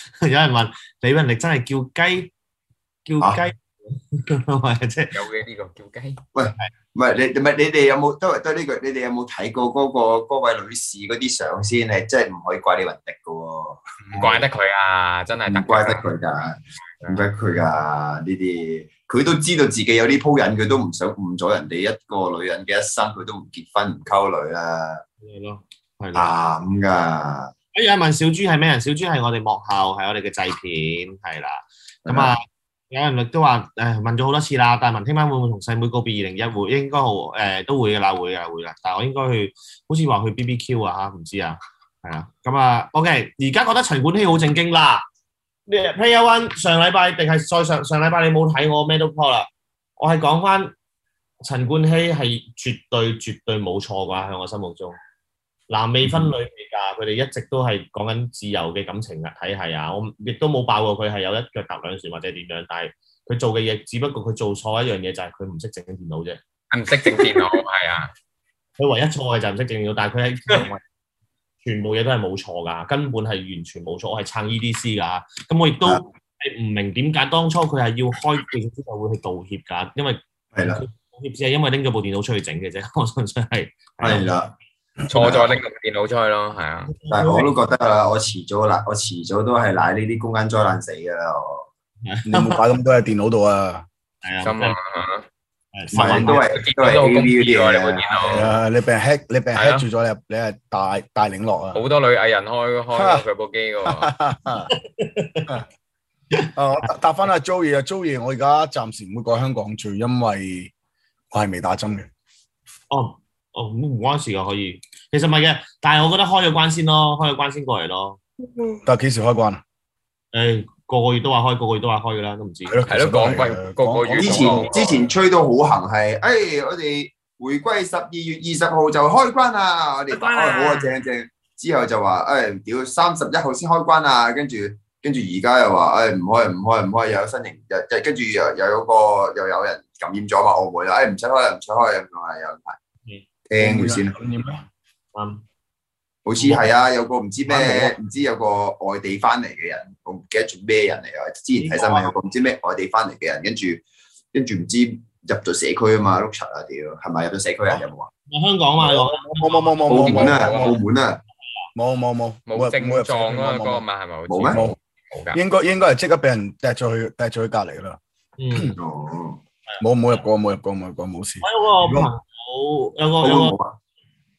[SPEAKER 2] 有人問李雲力真係叫雞叫
[SPEAKER 1] 啊
[SPEAKER 2] 雞， 唔係即係
[SPEAKER 3] 有嘅呢個叫雞，
[SPEAKER 1] 唔係你唔係你哋有冇都係都係呢句？你哋有冇睇過嗰個嗰位女士嗰啲相先？係真係唔可以怪李雲迪嘅喎，
[SPEAKER 3] 唔怪得佢啊，真係
[SPEAKER 1] 唔怪得佢㗎，唔怪得佢㗎呢啲。佢都知道自己有呢鋪癮，佢都唔想誤咗人哋一個女人嘅一生，佢都唔結婚唔溝女啦，
[SPEAKER 2] 係咯，係
[SPEAKER 1] 啊
[SPEAKER 2] 咯。
[SPEAKER 1] 啱㗎。
[SPEAKER 2] 哎有人問小豬係咩人？小豬係我哋幕後，係我哋嘅製片，係啦。咁啊，有人亦都話誒問咗好多次啦，大文聽晚會唔會同細妹告別二零一會？應該好誒、都會嘅啦，會嘅會啦。但係我應該去，好似話去 BBQ 啊嚇，唔知啊，係啦。咁啊，OK，而家覺得陳冠希好正經啦。你 Player One 上禮拜定係再上上禮拜你冇睇我咩都 po 啦，我係講翻陳冠希係絕對絕對冇錯㗎，喺我心目中。男未婚女未嫁，啊佢哋一直都係講緊自由嘅感情體系啊！我亦都冇爆過佢係有一腳踏兩船或者點樣，但係佢做嘅嘢，只不過佢做錯一樣嘢就係佢唔識整電腦啫。
[SPEAKER 3] 佢唔識整電腦，係啊，
[SPEAKER 2] 佢唯一錯嘅就係唔識整電腦，但係佢 喺全部嘢都係冇錯㗎，根本係完全冇錯。我係撐 EDC 㗎，咁我亦
[SPEAKER 1] 啊
[SPEAKER 2] 都係唔明點解當初佢係要開記者招待會去道歉㗎，因為
[SPEAKER 1] 係啦，
[SPEAKER 2] 道歉只係因為拎咗部電腦出去整嘅啫， 我純粹係啊
[SPEAKER 1] 係啦。
[SPEAKER 3] 錯咗拎個電腦出去咯，係啊，
[SPEAKER 1] 但係我都覺得啦，我遲早啦，我遲早都係賴呢啲公關災難死㗎啦。我
[SPEAKER 5] 你冇擺咁多喺電腦度啊！
[SPEAKER 2] 係
[SPEAKER 3] 心啊，
[SPEAKER 1] 唔係都係
[SPEAKER 2] 係啊十蚊
[SPEAKER 1] 都係 A V 啲
[SPEAKER 3] 喎，你部
[SPEAKER 1] 嘢啊。
[SPEAKER 3] 電
[SPEAKER 5] 係
[SPEAKER 3] 腦，
[SPEAKER 5] 啊，你俾人 hack，你俾人
[SPEAKER 3] 係啊
[SPEAKER 5] hack 住咗，你你係大大領落啊！
[SPEAKER 3] 好多女藝人開開佢部機嘅喎。
[SPEAKER 5] 啊，我答答翻阿 Joey 啊，Joey，我而家暫時唔會過香港住，因為我係未打針嘅。
[SPEAKER 2] 哦，哦，咁唔關事噶，可以。其實唔係嘅，但係我覺得開咗關先咯，開咗關先過嚟咯。
[SPEAKER 5] 但係幾時開關啊？
[SPEAKER 2] 誒、個個月都話開，個個月都話開噶啦，都唔知。
[SPEAKER 5] 係咯
[SPEAKER 3] 係咯
[SPEAKER 5] 其實都係
[SPEAKER 3] 講
[SPEAKER 5] 嘅
[SPEAKER 3] 貴個個月
[SPEAKER 1] 之前之前吹到好行係，誒我哋回歸十二月二十號就開關啦，我哋打開好啊正正。之後就話誒屌三十一號先開關啊，跟住跟住而家又話哎誒唔開唔開唔開，又有新型又又跟住又又有個又有人感染咗嘛澳門啦，誒哎唔使開啦唔使開啦，咁啊有人排聽佢先啦。
[SPEAKER 5] 感染咩？
[SPEAKER 2] 啱
[SPEAKER 1] 好似係啊，有個唔知咩，唔知有個外地翻嚟嘅人，我唔記得咗咩人嚟啊！之前睇新聞有個唔知咩外地翻嚟嘅人，跟住跟住唔知入咗社區啊嘛，碌柒啊屌，係咪入咗社區
[SPEAKER 5] 哦
[SPEAKER 1] 啊？有冇啊？
[SPEAKER 2] 香港嘛，我
[SPEAKER 5] 冇冇冇冇
[SPEAKER 1] 澳
[SPEAKER 5] 冇
[SPEAKER 1] 門啊，
[SPEAKER 5] 冇
[SPEAKER 1] 澳門啊，
[SPEAKER 5] 冇冇冇
[SPEAKER 3] 冇症狀
[SPEAKER 5] 啊
[SPEAKER 3] 嗰個嘛係咪好似？
[SPEAKER 1] 冇咩
[SPEAKER 5] 冇，
[SPEAKER 3] 冇㗎。
[SPEAKER 5] 應該應該係即刻俾人掟咗去掟咗去隔離啦。
[SPEAKER 2] 嗯，
[SPEAKER 5] 啊
[SPEAKER 1] 哦，
[SPEAKER 5] 冇冇入過，冇入過，冇入過，冇事。
[SPEAKER 2] 我有個朋友，有
[SPEAKER 1] 澳
[SPEAKER 2] 個
[SPEAKER 1] 門
[SPEAKER 2] 有個
[SPEAKER 1] 冇啊，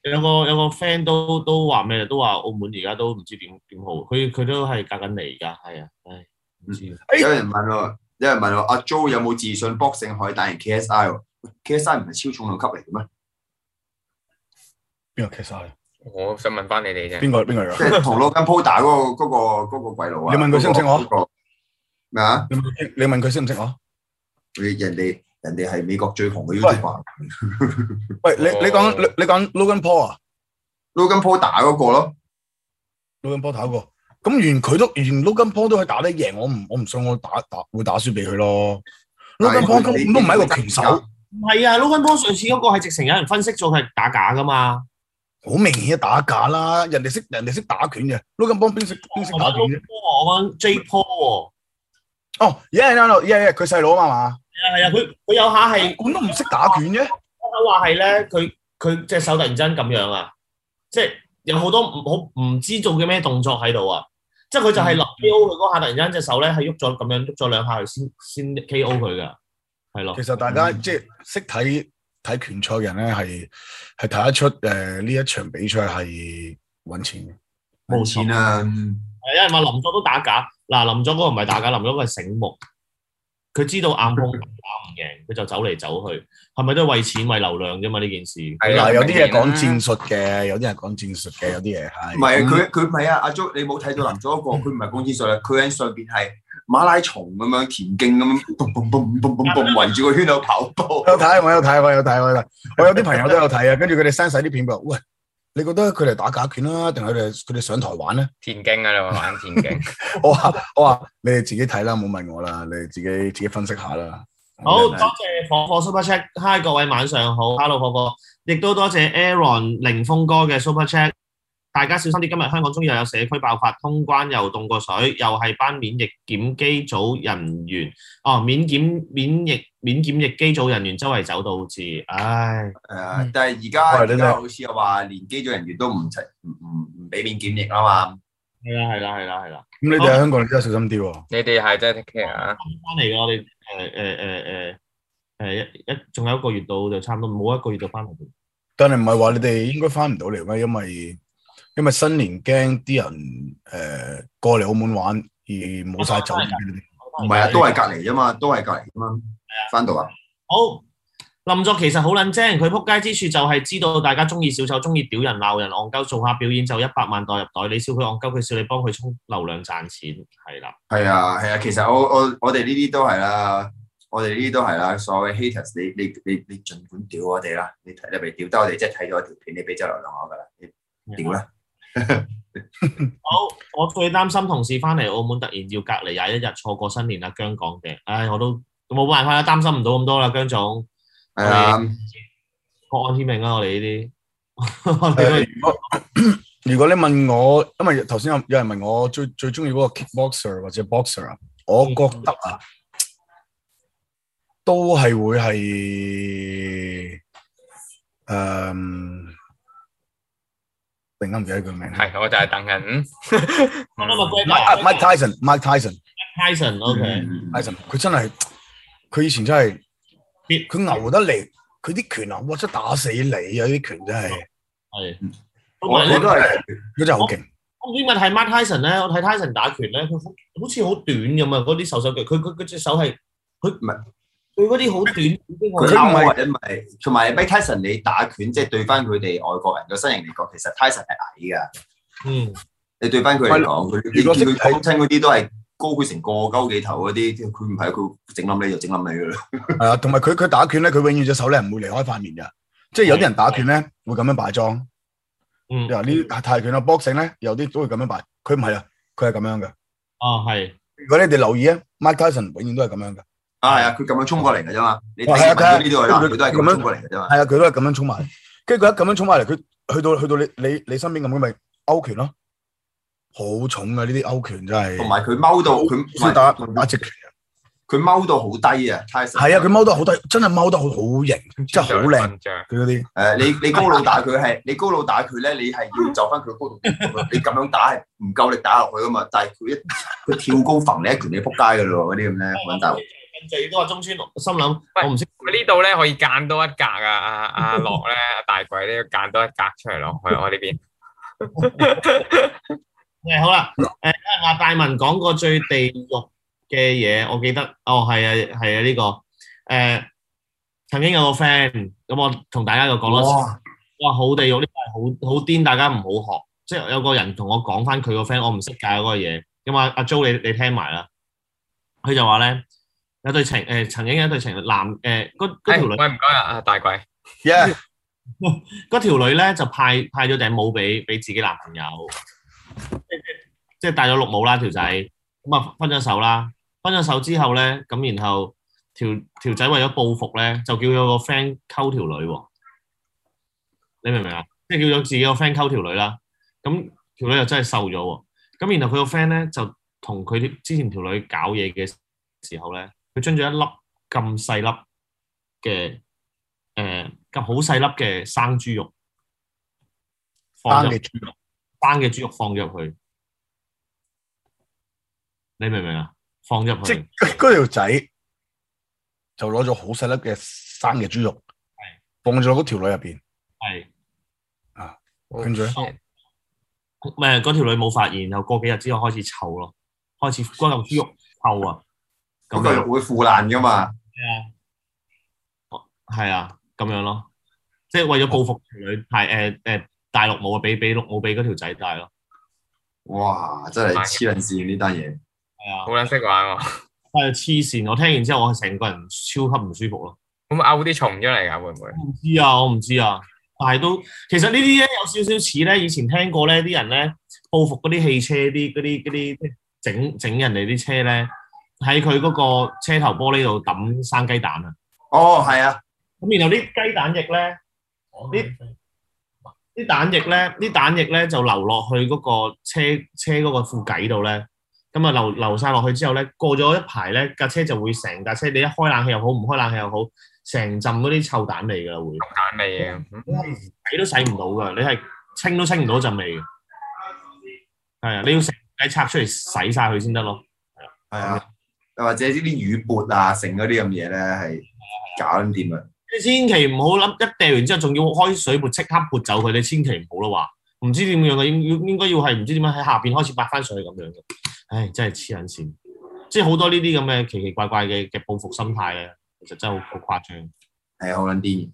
[SPEAKER 2] 有個有個 friend 都都話咩，都話澳門而家都唔知點點好，佢佢都係隔緊嚟而家，係啊，唉，唔
[SPEAKER 5] 嗯
[SPEAKER 2] 知。
[SPEAKER 1] 有人問我，有人問我阿 Jo 有冇自信 boxing 可以打贏 KSI？KSI 唔係超重量級嚟嘅咩？
[SPEAKER 5] 邊個 case 啊？
[SPEAKER 3] 我想問翻你哋啫，
[SPEAKER 5] 邊個邊個嚟
[SPEAKER 1] 即
[SPEAKER 5] 㗎？
[SPEAKER 1] 係同 Logan Poda 嗰個嗰個嗰個鬼佬啊！
[SPEAKER 5] 啊你問佢識唔識我
[SPEAKER 1] 嗰個？咩啊？
[SPEAKER 5] 你問你問佢識唔識啊我？
[SPEAKER 1] 佢人哋人哋係美國最紅嘅 YouTuber。
[SPEAKER 5] 喂，你你講你你講 Logan Paul 啊
[SPEAKER 1] Logan Paul 打嗰個咯，
[SPEAKER 5] ？Logan Paul 打過，咁連佢都連 Logan Paul 都可以打得贏，我唔我唔信我打打會打輸俾佢咯。Logan Paul 根本都唔係一個拳手，好
[SPEAKER 2] 唔係啊，Logan Paul 上次嗰個係直情有人分析咗佢係打假噶嘛。
[SPEAKER 5] 明顯係打架啦。人哋識人哋識打拳嘅，Logan Paul 邊識邊識打拳啫？
[SPEAKER 2] 我講 J Paul 喎，
[SPEAKER 5] 哦，yeah no no，yeah yeah，佢細佬啊嘛
[SPEAKER 2] 係啊，佢佢有下係。
[SPEAKER 5] 係嘛，咁都唔識打拳嘅。
[SPEAKER 2] 我話係咧，佢佢隻手突然之間咁樣啊，即係有好多唔好唔知做嘅咩動作喺度啊！即係佢就
[SPEAKER 5] 嗯
[SPEAKER 2] 係落 K.O. 佢嗰下，突然之間隻手咧係喐咗咁樣喐咗兩下，佢先先 K.O. 佢噶，係咯
[SPEAKER 3] 啊
[SPEAKER 5] 其。實大
[SPEAKER 3] 嗯
[SPEAKER 5] 家即係識睇睇拳賽嘅人咧，係係睇得出誒呢一場比賽係揾錢嘅。
[SPEAKER 1] 冇錢啊！
[SPEAKER 2] 係有人話林作都打假，嗱林作嗰個唔係打假，林作嗰個係醒目，佢知道 硬碰硬打唔贏，佢就走嚟走去，係咪都係為錢為流量啫嘛？呢件事
[SPEAKER 3] 係啊
[SPEAKER 5] 嗱，有啲嘢講
[SPEAKER 3] 明顯啦
[SPEAKER 5] 戰術嘅，有啲人講戰術嘅，有啲嘢係
[SPEAKER 1] 唔係
[SPEAKER 3] 嗯
[SPEAKER 1] 佢佢唔係啊，阿 Jo 你冇睇到林 Jo 嗰個，佢唔係講天水啦，佢喺上邊係馬拉松咁樣田徑咁樣，嘣嘣嘣嘣嘣嘣圍住個圈喺度跑步
[SPEAKER 5] 我。有睇，我有睇，我有睇，我有睇。我有啲朋友都有睇啊，跟住佢哋 send 晒啲片俾我。喂，你覺得佢哋打假拳啦，定係佢哋佢哋上台玩咧？
[SPEAKER 3] 田徑啊，你話玩田徑，
[SPEAKER 5] 我話我話你哋自己睇啦，唔好問我啦，你哋自己自己分析下啦。
[SPEAKER 2] 好多謝火火 Super Chat。Hi，各位晚上好，Hello 火火，亦都多謝 Aaron 凌峰哥嘅 Super Chat。大家小心啲，今日香港終於又有社區爆發，通關又凍過水，又係班免疫檢機組人員哦，免檢免疫免檢疫機組人員周圍走導致，唉，
[SPEAKER 1] 誒，但係而家
[SPEAKER 5] 喂你
[SPEAKER 1] 而
[SPEAKER 5] 真係
[SPEAKER 1] 家好似又話連機組人員都唔齊，唔唔唔俾免檢疫啊嘛。
[SPEAKER 2] 係啦係啦係啦係啦。
[SPEAKER 5] 咁你哋喺香港，你真係小心啲喎。
[SPEAKER 3] 你哋係真係 take care 啊！
[SPEAKER 2] 翻嚟嘅，我哋誒誒誒誒誒一一仲有一個月到就差唔多，冇一個月就翻嚟。
[SPEAKER 5] 但係唔係話你哋應該翻唔到嚟咩？因為因為新年驚啲人诶、呃、过嚟澳門玩而冇晒酒店俾你哋。
[SPEAKER 1] 唔係啊，都係隔離啫嘛，都係隔離啫嘛。翻到啊，
[SPEAKER 2] 好。林作其實好撚精，佢撲街之處就係知道大家中意小丑，中意屌人鬧人戇鳩，做下表演就一百萬袋入袋。你笑佢戇鳩，佢笑你幫佢衝流量賺錢，係啦。
[SPEAKER 1] 係啊，係啊。其實我我我哋呢啲都係啦，我哋呢啲都係啦。所謂 haters，你你你你盡管屌我哋啦，你睇你咪屌得我哋，即係睇咗條片，你俾咗流量我㗎啦，你屌啦。
[SPEAKER 2] 好，我最擔心同事翻嚟澳門突然要隔離廿一日，錯過新年啦。姜講嘅，唉，我都冇辦法啦，擔心唔到咁多啦，姜總，
[SPEAKER 1] 係啊，
[SPEAKER 2] 國安天命啦，我哋呢啲， 我哋都
[SPEAKER 5] 呃誒如果 如果你問我，因為頭先有有人問我最最中意嗰個 kickboxer 或者 boxer 啊，我
[SPEAKER 2] 嗯
[SPEAKER 5] 覺得啊，都係會係誒、嗯突然間唔記得佢名。
[SPEAKER 3] 係，我就係等緊。嗯
[SPEAKER 2] 我諗我
[SPEAKER 5] Mike 啊 Mike Tyson，Mike Tyson，Tyson，
[SPEAKER 2] Tyson，OK，、
[SPEAKER 1] 嗯
[SPEAKER 5] 哎佢真係佢以前真係
[SPEAKER 2] 啲
[SPEAKER 5] 佢牛得嚟，佢啲拳啊，哇！真係打死你啊！啲拳真係，
[SPEAKER 1] 哦
[SPEAKER 2] 係
[SPEAKER 1] 嗯。
[SPEAKER 2] 同
[SPEAKER 1] 我
[SPEAKER 2] 埋咧
[SPEAKER 1] 我，都係
[SPEAKER 5] 佢真
[SPEAKER 1] 哦
[SPEAKER 5] 係好勁。
[SPEAKER 2] 我唔知咪睇 Mark Tyson 咧，我睇 Tyson 打拳咧，佢好好似好短咁啊！嗰啲手手腳，佢佢佢隻手係佢唔
[SPEAKER 1] 係
[SPEAKER 2] 佢嗰啲好短，已經
[SPEAKER 1] 佢
[SPEAKER 2] 係
[SPEAKER 1] 啱我，因為同埋 Mike Tyson 你打拳，即係對翻佢哋外國人個身形嚟講，其實 Tyson 係矮㗎。
[SPEAKER 2] 嗯，
[SPEAKER 1] 你對翻佢嚟講，佢你
[SPEAKER 5] 如
[SPEAKER 1] 見
[SPEAKER 5] 果識
[SPEAKER 1] 佢
[SPEAKER 5] 睇
[SPEAKER 1] 講親嗰啲都係高佢成個鳩幾頭嗰啲，佢唔係佢整冧你就整冧你噶啦。
[SPEAKER 5] 係啊，同埋佢佢打拳咧，佢永遠隻手咧唔會離開塊面㗎。即係有啲人打拳咧會咁樣擺裝，
[SPEAKER 2] 嗯，
[SPEAKER 5] 嗱呢啲泰拳啊、boxing 咧有啲都會咁樣擺，佢唔係啊，佢係咁樣嘅。
[SPEAKER 2] 哦係，
[SPEAKER 5] 如果你哋留意啊，Mike Tyson 永遠都係咁樣嘅，
[SPEAKER 1] 啊，係啊，佢咁樣衝過嚟㗎啫嘛。你睇
[SPEAKER 5] 哇係啊
[SPEAKER 1] 視頻
[SPEAKER 5] 佢係
[SPEAKER 1] 嗰啲都係啦，佢都係咁樣衝過嚟㗎啫嘛。
[SPEAKER 5] 係啊，佢都係咁樣衝埋嚟，跟住佢一咁樣衝埋嚟，佢去到去到你你你身邊咁樣咪勾拳咯，好重啊！呢啲勾拳真係，
[SPEAKER 1] 同埋佢踎到佢唔
[SPEAKER 5] 好
[SPEAKER 1] 係
[SPEAKER 5] 少打打直拳，
[SPEAKER 1] 佢踎到好低啊，Tyson。
[SPEAKER 5] 係啊，佢踎得好低，真係踎得好好型，真係好靚
[SPEAKER 3] 瞓著
[SPEAKER 5] 佢嗰啲。
[SPEAKER 1] 誒，你你高佬打佢係， 你高佬打佢咧，你係要就翻佢高 度，你咁樣打係唔夠力打落去㗎嘛。但係佢一佢跳高揈你一拳，你撲街㗎咯喎，嗰啲咁咧揾大鑊。
[SPEAKER 2] 最都話中村心諗，
[SPEAKER 3] 喂
[SPEAKER 2] 我唔識
[SPEAKER 3] 我呢度咧可以間多一格啊！阿阿樂咧，阿大鬼咧要間多一格出嚟咯。我我呢邊
[SPEAKER 2] 誒好啦，誒話大文講過最地獄嘅嘢，我記得，哦係啊係啊呢個誒、曾經有個 friend，咁我同大家又講多次。
[SPEAKER 1] 哇！
[SPEAKER 2] 哇，好地獄呢個係好好癲，大家唔好學。即係有個人同我講翻佢個 friend，我唔識㗎嗰個嘢。咁啊，阿 Jo 你你聽埋啦。佢就話咧，有對情誒、呃曾經有一對情侶男誒嗰嗰
[SPEAKER 3] 哎
[SPEAKER 2] 條女
[SPEAKER 3] 喂唔該啊，阿大鬼。
[SPEAKER 5] Yeah，
[SPEAKER 2] 嗰條女咧就派派咗頂帽俾俾自己男朋友，即即係戴咗綠帽啦條仔，咁啊分咗手啦，分咗手之後咧，咁然後條條仔為咗報復咧，就叫咗個 friend 溝條女喎，你明唔明啊？即係叫咗自己個 friend 溝條女啦，咁條女又真係瘦咗喎，咁然後佢個 friend 咧就同佢啲之前條女搞嘢嘅時候咧，佢將咗一粒咁細粒嘅誒咁好細粒嘅生豬肉，放
[SPEAKER 5] 單
[SPEAKER 2] 入
[SPEAKER 5] 嘅豬肉，
[SPEAKER 2] 生嘅豬肉放入去，你明唔明啊？放入
[SPEAKER 5] 即
[SPEAKER 2] 去，
[SPEAKER 5] 係嗰條仔就攞咗好細粒嘅生嘅豬肉，放咗嗰條女入邊，
[SPEAKER 2] 係
[SPEAKER 5] 跟住咧
[SPEAKER 3] Oh shit
[SPEAKER 2] 唔係嗰條女冇發現，然後過幾日之後開始臭咯，開始嗰嚿豬肉臭啊！
[SPEAKER 1] 嗰嚿肉會腐爛噶嘛。
[SPEAKER 2] 系啊，咁樣咯，即係為咗報復佢，係诶诶大陸冇啊，俾俾陸冇俾嗰條仔帶咯，
[SPEAKER 1] 哇！真係黐撚線呢單嘢。
[SPEAKER 2] 係啊
[SPEAKER 3] 好，撚識玩喎。
[SPEAKER 2] 真係黐線！我聽完之後，我成個人超級唔舒服咯。
[SPEAKER 3] 會唔會勾啊啲蟲出嚟㗎？會唔會？
[SPEAKER 2] 唔知啊，我唔知啊，但係都其實呢啲咧有少少似咧，以前聽過咧啲人咧報復嗰啲汽車啲嗰啲嗰啲即係整整人哋啲車咧，喺佢嗰個車頭玻璃度抌生雞蛋啊！
[SPEAKER 1] 哦，係啊，
[SPEAKER 2] 咁然後啲雞蛋液咧，啲啲蛋液咧，啲蛋液咧就流落去嗰個車車嗰個副偈度咧，咁啊流流晒落去之後咧，過咗一排咧，架車就會成架車，你一開冷氣又好，唔開冷氣又好，成浸嗰啲臭蛋味㗎啦，會
[SPEAKER 3] 蛋味嘅，嗯
[SPEAKER 2] 洗都洗唔到㗎，你係清都清唔到陣味嘅，係啊，你要成雞拆出嚟洗晒佢先得咯。
[SPEAKER 1] 係啊，又或者呢啲乳缽啊，成嗰啲咁嘢咧係啊搞撚掂嘅。
[SPEAKER 2] 你千祈唔好諗一掟完之後，仲要開水撥即刻撥走佢，你千祈唔好啦話，唔知點樣嘅，應要應該要係唔知點樣喺下邊開始抹翻水咁樣嘅。唉，真係黐撚線，即係好多呢啲咁嘅奇奇怪怪嘅嘅報復心態咧，其實真係好好誇張。
[SPEAKER 1] 係好撚癲，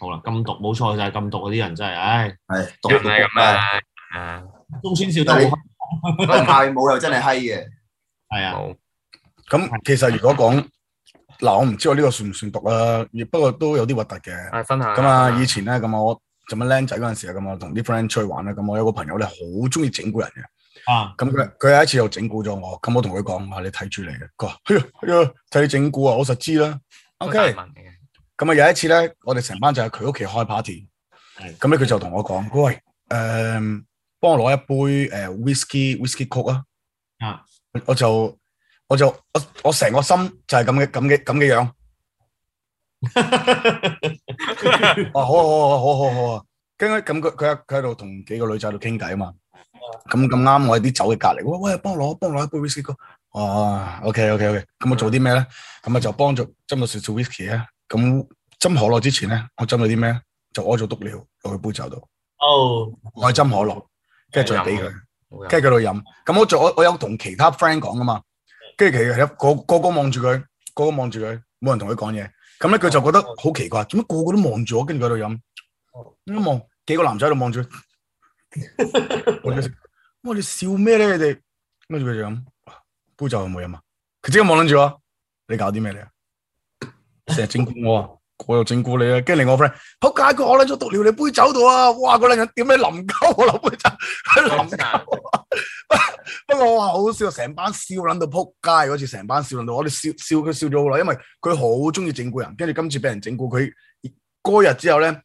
[SPEAKER 2] 好啦，禁毒冇錯就係禁毒嗰啲人真係，唉，
[SPEAKER 1] 係毒
[SPEAKER 3] 原
[SPEAKER 1] 到
[SPEAKER 3] 嚟
[SPEAKER 1] 仆
[SPEAKER 3] 咁
[SPEAKER 1] 街。
[SPEAKER 3] 啊！啊，
[SPEAKER 2] 中村少得好
[SPEAKER 1] 但係啊派舞又真係閪嘅，
[SPEAKER 2] 係啊，
[SPEAKER 3] 冇
[SPEAKER 5] 咁其實如果講嗱，我唔知我呢個算唔算毒啦，亦不過都有啲核突嘅。
[SPEAKER 3] 啊，分享
[SPEAKER 5] 咁啊，以前咧，咁我咁樣僆仔嗰陣時啊，咁我同啲 friend 出去玩咧，啊咁我有個朋友咧好中意整蠱人嘅。
[SPEAKER 2] 啊，
[SPEAKER 5] 咁佢佢有一次又整蠱咗我，咁我同佢講啊，你睇住嚟嘅。佢話：哎呀，哎呀，睇你整蠱啊，我實知啦。
[SPEAKER 3] 都
[SPEAKER 5] OK，
[SPEAKER 3] 大文嚟嘅
[SPEAKER 5] 咁啊有一次咧，我哋成班就喺佢屋企開 party，
[SPEAKER 2] 係
[SPEAKER 5] 咁咧佢就同我講：喂，誒、幫我攞一杯誒 whisky whisky coke 啊！
[SPEAKER 2] 啊，
[SPEAKER 5] 我就我就我我成個心就係咁嘅咁嘅咁嘅樣。 哦，好好好好好好啊！跟住咁佢佢喺佢喺度同幾個女仔喺度傾偈啊嘛。咁咁啱我喺啲酒嘅隔離，喂喂，幫我攞幫我攞一杯 whisky 哥。哦，OK OK OK，咁我做啲咩咧？咁啊就幫咗斟咗少少 whisky 啊。咁斟可樂之前咧，我斟咗啲咩呢就屙咗督尿落去杯酒度，
[SPEAKER 2] 哦，
[SPEAKER 5] 我係斟可樂，跟住再俾佢，
[SPEAKER 3] 冇人
[SPEAKER 5] 跟住佢度飲。咁我仲我我有同其他 friend 講噶嘛，跟住其實個個個望住佢，個個望住佢，冇人同佢講嘢。咁咧佢就覺得好奇怪，點解個個都望住我，跟住佢喺度飲？一望幾個男仔喺度望住，我就哇你笑咩咧？你哋跟住佢就飲杯酒有冇飲啊？佢即刻望撚住我，你搞啲咩嚟啊？成日整蠱我啊！我又整蠱你啊！跟住另外個 friend，仆街佢我撚咗毒尿你杯酒度啊！哇！嗰兩人點解淋鳩我淋杯酒？佢淋鳩我。不過我話好笑，成班笑撚到仆街嗰次，成班笑撚到我哋笑笑佢笑咗好耐，因為佢好中意整蠱人，跟住今次俾人整蠱佢嗰日之後咧，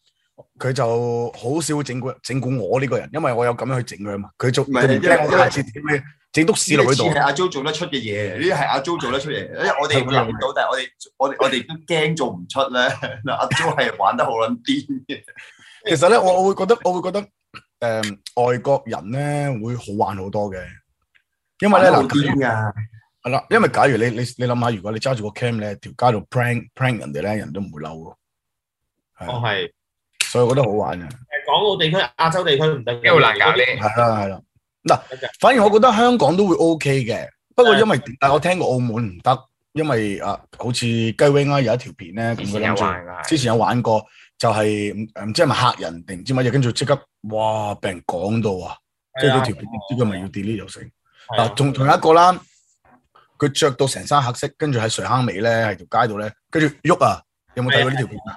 [SPEAKER 5] 佢就好少整蠱整蠱我呢個人，因為我有咁樣去整佢啊嘛。佢仲
[SPEAKER 1] 唔係
[SPEAKER 5] 佢唔
[SPEAKER 1] 因為
[SPEAKER 5] 驚我下次點樣整督屎落佢
[SPEAKER 1] 呢啲似係
[SPEAKER 5] 度。啊
[SPEAKER 1] 阿 Jo 做得出嘅嘢，呢啲係阿 Jo 做得出嘅嘢，因為我哋會諗到，但係我哋我哋我哋都驚做唔出咧。 嗱，阿 Jo 係玩得好撚癲嘅，
[SPEAKER 5] 其實咧，我我會覺得我會覺得誒、外國人咧會好玩好多嘅，因為
[SPEAKER 1] 玩
[SPEAKER 5] 咧
[SPEAKER 1] 得好
[SPEAKER 5] 啊嗱。假
[SPEAKER 1] 癲
[SPEAKER 5] 如
[SPEAKER 1] 㗎。
[SPEAKER 5] 系啦，因為假如你你你谂下，如果你揸住個 cam 咧，條街度 prank prank 人哋咧，人都唔會嬲喎。
[SPEAKER 2] 我哦係
[SPEAKER 5] 所以我覺得好玩啊嘅。
[SPEAKER 2] 誒港澳地區、亞洲地區唔得嘅，
[SPEAKER 3] 真係好 難搞呢啲。
[SPEAKER 5] 係啦係啦，
[SPEAKER 2] 得嘅
[SPEAKER 5] 嗱，反而我覺得香港都會 OK 嘅，不過因為但我聽過澳門唔得，因為啊，好似雞 wing 啊有一條片咧，咁
[SPEAKER 3] 以
[SPEAKER 5] 佢
[SPEAKER 3] 前有
[SPEAKER 5] 諗住
[SPEAKER 3] 玩㗎，
[SPEAKER 5] 之前有玩過，就係嗯唔唔知係咪嚇人定唔知乜嘢，跟住即刻哇俾人講到啊，跟住嗰條片唔知佢咪要 delete 又成。
[SPEAKER 2] 係啊
[SPEAKER 5] 嗱，仲仲有一個啦，佢着到成身黑色，跟住喺水坑尾咧，喺條街度咧，跟住喐啊！有冇睇過呢條片啊？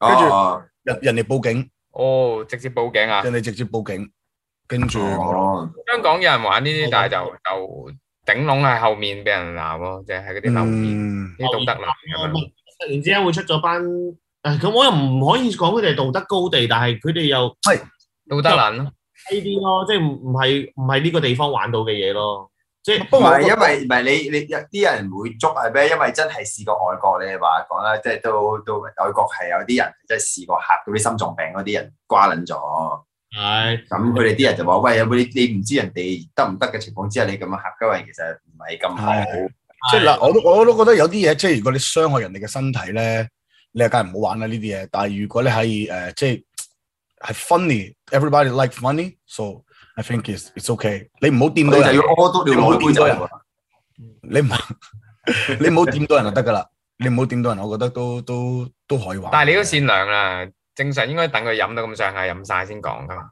[SPEAKER 5] 跟住
[SPEAKER 1] 哦
[SPEAKER 5] 人人哋報警，
[SPEAKER 3] 哦，直接報警啊！
[SPEAKER 5] 人哋直接報警，跟住
[SPEAKER 1] 哦，
[SPEAKER 3] 香港有人玩呢
[SPEAKER 5] 嗯
[SPEAKER 3] 啲，但係就就頂籠喺後面俾人鬧咯，就係喺嗰啲樓面
[SPEAKER 2] 哦
[SPEAKER 5] 嗯，
[SPEAKER 3] 啲道德男咁樣。
[SPEAKER 2] 突然之間會出咗班，誒咁我又唔可以講佢哋道德高地，但係佢哋又
[SPEAKER 3] 道德男咯，
[SPEAKER 2] 低啲咯，即係唔唔係唔係呢個地方玩到嘅嘢咯，即係
[SPEAKER 5] 不
[SPEAKER 1] 唔
[SPEAKER 5] 過我
[SPEAKER 1] 係
[SPEAKER 5] 覺
[SPEAKER 1] 因
[SPEAKER 5] 得
[SPEAKER 1] 為唔係你你有啲人會捉係咩？因為真係試過外國你話講啦，即係都都外國係有啲人真係試過嚇到啲心臟病嗰啲人瓜撚咗。
[SPEAKER 2] 係
[SPEAKER 1] 咁佢哋啲人就話：喂，有冇你你唔知人哋得唔得嘅情況之下，你咁樣嚇鳩人，其實唔係咁好。
[SPEAKER 5] 即係嗱，我都我都覺得有啲嘢，即係如果你傷害人哋嘅身體咧，你係梗係唔好玩啦呢啲嘢。但係如果你係誒，即係係 funny，everybody like funny，so I think it's it's okay。你唔好掂
[SPEAKER 1] 你
[SPEAKER 5] 到人
[SPEAKER 1] 就要，屙督尿落杯酒
[SPEAKER 5] 你唔好 你唔好掂到人就得噶啦，你唔好掂到人，我覺得都都都可以玩。
[SPEAKER 3] 但係你都善良啦，正常應該等佢飲到咁上下，飲晒先講噶嘛。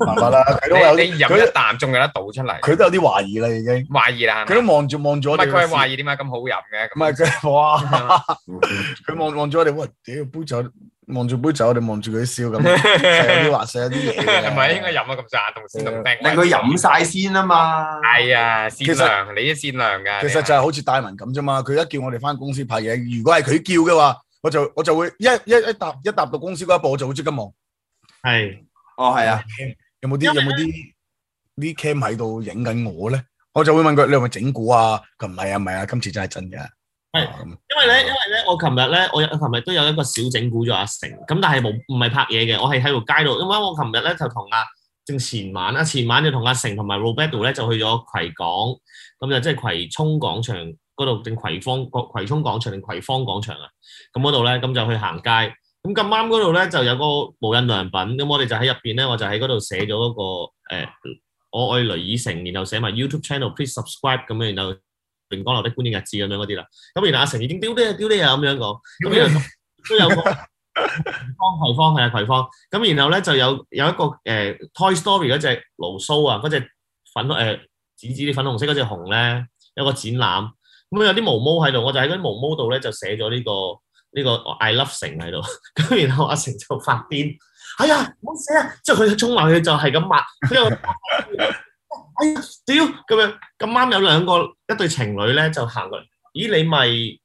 [SPEAKER 5] 冇辦法啦，佢都有
[SPEAKER 3] 你你
[SPEAKER 5] 啲，
[SPEAKER 3] 飲
[SPEAKER 5] 佢
[SPEAKER 3] 一啖仲有得倒出嚟，
[SPEAKER 5] 佢都有啲懷疑啦已經，
[SPEAKER 3] 懷疑啦，
[SPEAKER 5] 佢
[SPEAKER 3] 係咪
[SPEAKER 5] 都望住望住
[SPEAKER 3] 唔
[SPEAKER 5] 我
[SPEAKER 3] 係
[SPEAKER 5] 哋。
[SPEAKER 3] 佢係懷疑點解咁好飲嘅？
[SPEAKER 5] 唔係 佢哇，
[SPEAKER 3] 咁
[SPEAKER 5] 佢望望咗我哋，哇屌杯酒，望住杯酒，我哋望住佢笑 咁，係有啲滑石有啲嘢嘅。
[SPEAKER 3] 係咪應該飲咗咁上下，同先同聽？
[SPEAKER 1] 令佢呃飲晒先啊嘛。
[SPEAKER 3] 係啊，
[SPEAKER 5] 實
[SPEAKER 3] 善良，啊你都善良㗎。
[SPEAKER 5] 其實就係好似戴文咁啫嘛，佢一叫我哋翻公司拍嘢，如果係佢叫嘅話，我就我就會一一一踏一踏到公司嗰一步，我就會即刻望
[SPEAKER 2] 係
[SPEAKER 1] 哦，係啊，
[SPEAKER 5] 有冇啲有冇啲啲 cam 喺度影緊我咧，我就會問佢你係咪整蠱啊？佢唔係啊，唔係啊，今次真係真嘅。
[SPEAKER 2] 係
[SPEAKER 5] 啊咁
[SPEAKER 2] 因為咧，因為咧，我琴日咧，我有琴日都有一個小整蠱咗阿成，咁但係冇唔係拍嘢嘅，我係喺條街度，因為我琴日咧就同阿正前晚啊，前晚就同阿成同埋 Roberto 咧就去咗葵港，咁就即係葵涌廣場嗰度定葵芳葵涌廣場定葵芳廣場啊，咁嗰度咧咁就去行街，咁咁啱嗰度咧就有個無印良品，咁我哋就喺入邊咧，我就喺嗰度寫咗嗰個呃我愛雷以成，然後寫埋 YouTube channel please subscribe 咁樣，然後榮光樓的觀影日誌咁樣嗰啲啦。咁原來阿成已經丟啲啊丟啲啊咁樣講，咁原來都有個方葵芳係啊葵芳，咁然後咧就有有一個誒、呃 Toy Story 嗰只盧蘇啊，嗰只粉誒、呃、紫紫啲粉紅色嗰只熊咧，有個展覽，咁有啲毛毛喺度，我就喺嗰啲毛毛度咧就寫咗呢、個呢、個 I love 成喺度，咁然後阿成就發癲，哎呀唔好寫啊！之後佢衝埋去就係咁抹，之後 哎呀屌咁樣咁啱有兩個一對情侶咧就行過嚟，咦你咪〜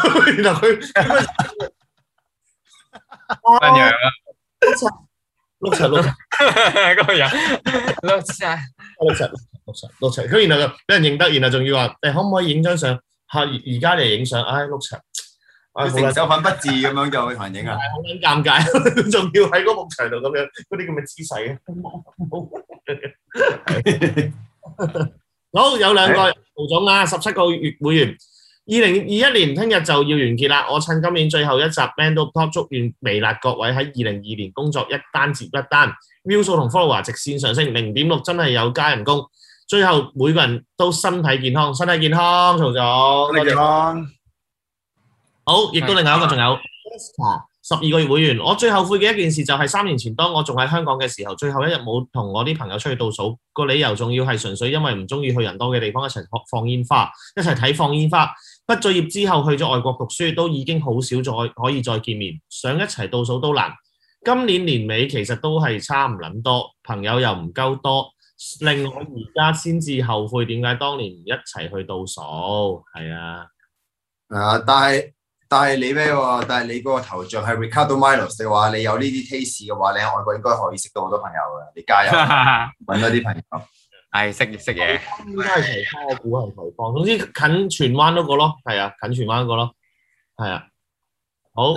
[SPEAKER 2] 然後佢
[SPEAKER 3] 分樣
[SPEAKER 2] 碌柒碌柒
[SPEAKER 3] 啊，嗰個人碌曬。
[SPEAKER 2] 碌柒碌柒碌柒，佢然後就俾人認得，然後仲要話你可唔可以影張相？嚇而而家嚟影相，唉碌柒，唉
[SPEAKER 1] 佢
[SPEAKER 2] 好
[SPEAKER 1] 成
[SPEAKER 2] 撚
[SPEAKER 1] 手粉不治咁樣就去同人影啊。
[SPEAKER 2] 好撚尷尬， 仲要喺嗰幕牆度咁樣嗰啲咁嘅姿勢好有兩個曹總啊，十七個月會員。二零二一年聽日就要完結啦，我趁今年最後一集 Band Up Top 祝願微辣各位喺二零二年工作一單接一單，view 數同 follower 直線上升，零點六真係有加人工。最後每個人都身體健康，身體健康，曹總，多
[SPEAKER 5] 你
[SPEAKER 2] 謝
[SPEAKER 5] 健康，
[SPEAKER 2] 好，亦都另外一個仲有 Oscar 十二個月會員。我最後悔嘅一件事就係三年前當我仲喺香港嘅時候，最後一日冇同我啲朋友出去倒數，個理由仲要係純粹因為唔中意去人多嘅地方一齊放放煙花，一齊睇放煙花。畢咗業之後去咗外國讀書，都已經好少再可以再見面，想一齊倒數都難。今年年尾其實都係差唔撚多，朋友又唔夠多，令我而家先至後悔點解當年唔一齊去倒數。係啊。
[SPEAKER 1] 係啊，但係但係你咩喎？但係你嗰個頭像係 Ricardo Milos 嘅話，你有呢啲 taste 嘅話，你喺外國應該可以識到好多朋友嘅。你加油，揾多啲朋友。
[SPEAKER 3] 係識識嘢，
[SPEAKER 2] 應該係葵芳，我估係葵芳。總之近荃灣嗰個咯，係啊，近荃灣嗰個咯，係啊。好，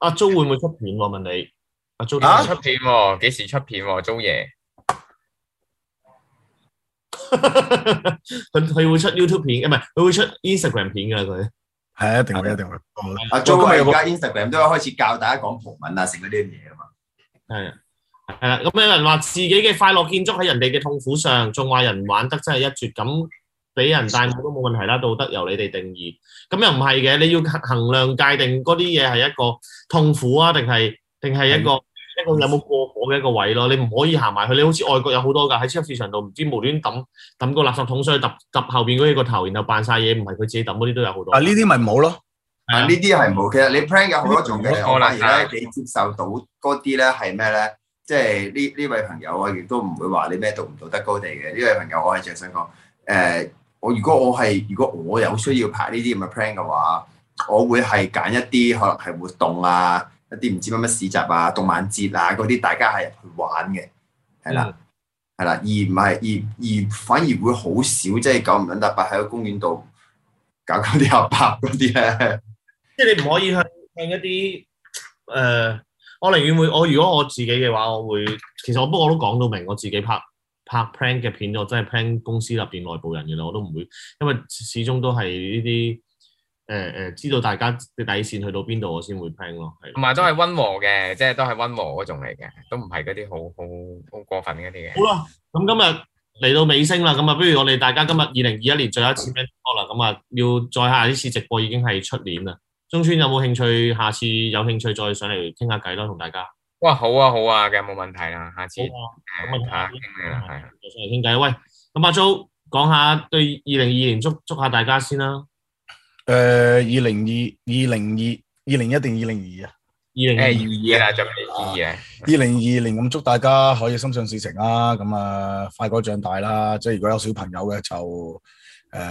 [SPEAKER 2] 阿 Jo 會唔會出片喎？問你，阿 Jo
[SPEAKER 5] 啊
[SPEAKER 3] 出片喎，幾時出片喎？租嘢
[SPEAKER 2] 佢佢會出 YouTube 片，唔係佢會出 Instagram 片㗎佢。
[SPEAKER 5] 係一定會一定會。
[SPEAKER 1] 阿
[SPEAKER 5] 今
[SPEAKER 1] Jo
[SPEAKER 5] 日有個
[SPEAKER 1] 而家 Instagram 都開始教大家講葡文啊，成嗰啲嘢啊嘛。
[SPEAKER 2] 係啊，係啦。咁有人話自己嘅快樂建築喺人哋嘅痛苦上，仲話人玩得真係一絕，咁俾人帶我都冇問題啦。道德由你哋定義，咁又唔係嘅。你要衡衡量界定嗰啲嘢係一個痛苦啊，定係定係一個一個有冇過火嘅一個位咯。你唔可以行埋去。你好似外國有好多㗎，喺超級市場度唔知無端抌抌個垃圾桶上去揼揼後邊嗰啲個頭，然後扮晒嘢，唔係佢自己抌嗰啲都有好多。
[SPEAKER 5] 啊呢啲咪唔好咯，
[SPEAKER 2] 係啊
[SPEAKER 1] 啊，呢啲係冇。其實你 plan 有好多種嘅，
[SPEAKER 3] 我
[SPEAKER 1] 我
[SPEAKER 3] 啦
[SPEAKER 1] 反而咧幾接受到嗰啲咧係咩咧？即係呢呢位朋友啊，亦都唔會話你咩道唔道德高地嘅。呢位朋友，我係淨係想講，誒、我如果我係如果我有需要拍呢啲咁嘅 plan 嘅話，我會係揀一啲可能係活動啊，一啲唔知乜乜市集啊、動漫節啊嗰啲，大家係入去玩嘅，係啦。係啦，而唔係而而反而會好少，即係九唔撚搭八喺個公園度搞搞啲阿伯嗰啲咧。
[SPEAKER 2] 即係你唔可以向向一啲誒、呃我寧願會我如果我自己嘅話，我會其實我不過我都講到明，我自己拍拍 plan 嘅片，我真係 plan 公司入邊內部人嘅啦，我都唔會，因為始終都係呢啲誒誒，知道大家嘅底線去到邊度，我先會 plan 咯，係
[SPEAKER 3] 同。埋都係温和嘅，即係都係温和嗰種嚟嘅，都唔係嗰啲好好好過分嗰啲嘅。
[SPEAKER 2] 好啦，咁今日嚟到尾聲啦，咁啊，不如我哋大家今日二零二一年最後一次 plan 歌啦，咁啊要再下一次直播已經係出年啦。中村有冇興趣？下次有興趣再上嚟傾下偈咯，同大家。
[SPEAKER 3] 哇，好啊好啊嘅，冇問題啦，下次
[SPEAKER 2] 好啊咁啊
[SPEAKER 3] 誒嚇傾你啦，係啊。
[SPEAKER 2] 上嚟傾偈。喂，咁阿 Jo 講下對二零二年祝祝下大家先啦。
[SPEAKER 5] 诶，二零二、二零二、二零一定二零二啊，
[SPEAKER 2] 二零二
[SPEAKER 3] 誒二二啦，準備二二啊。
[SPEAKER 5] 二零二零咁祝大家可以心想事成啦，咁啊快哥長大啦，即係如果有小朋友嘅就诶、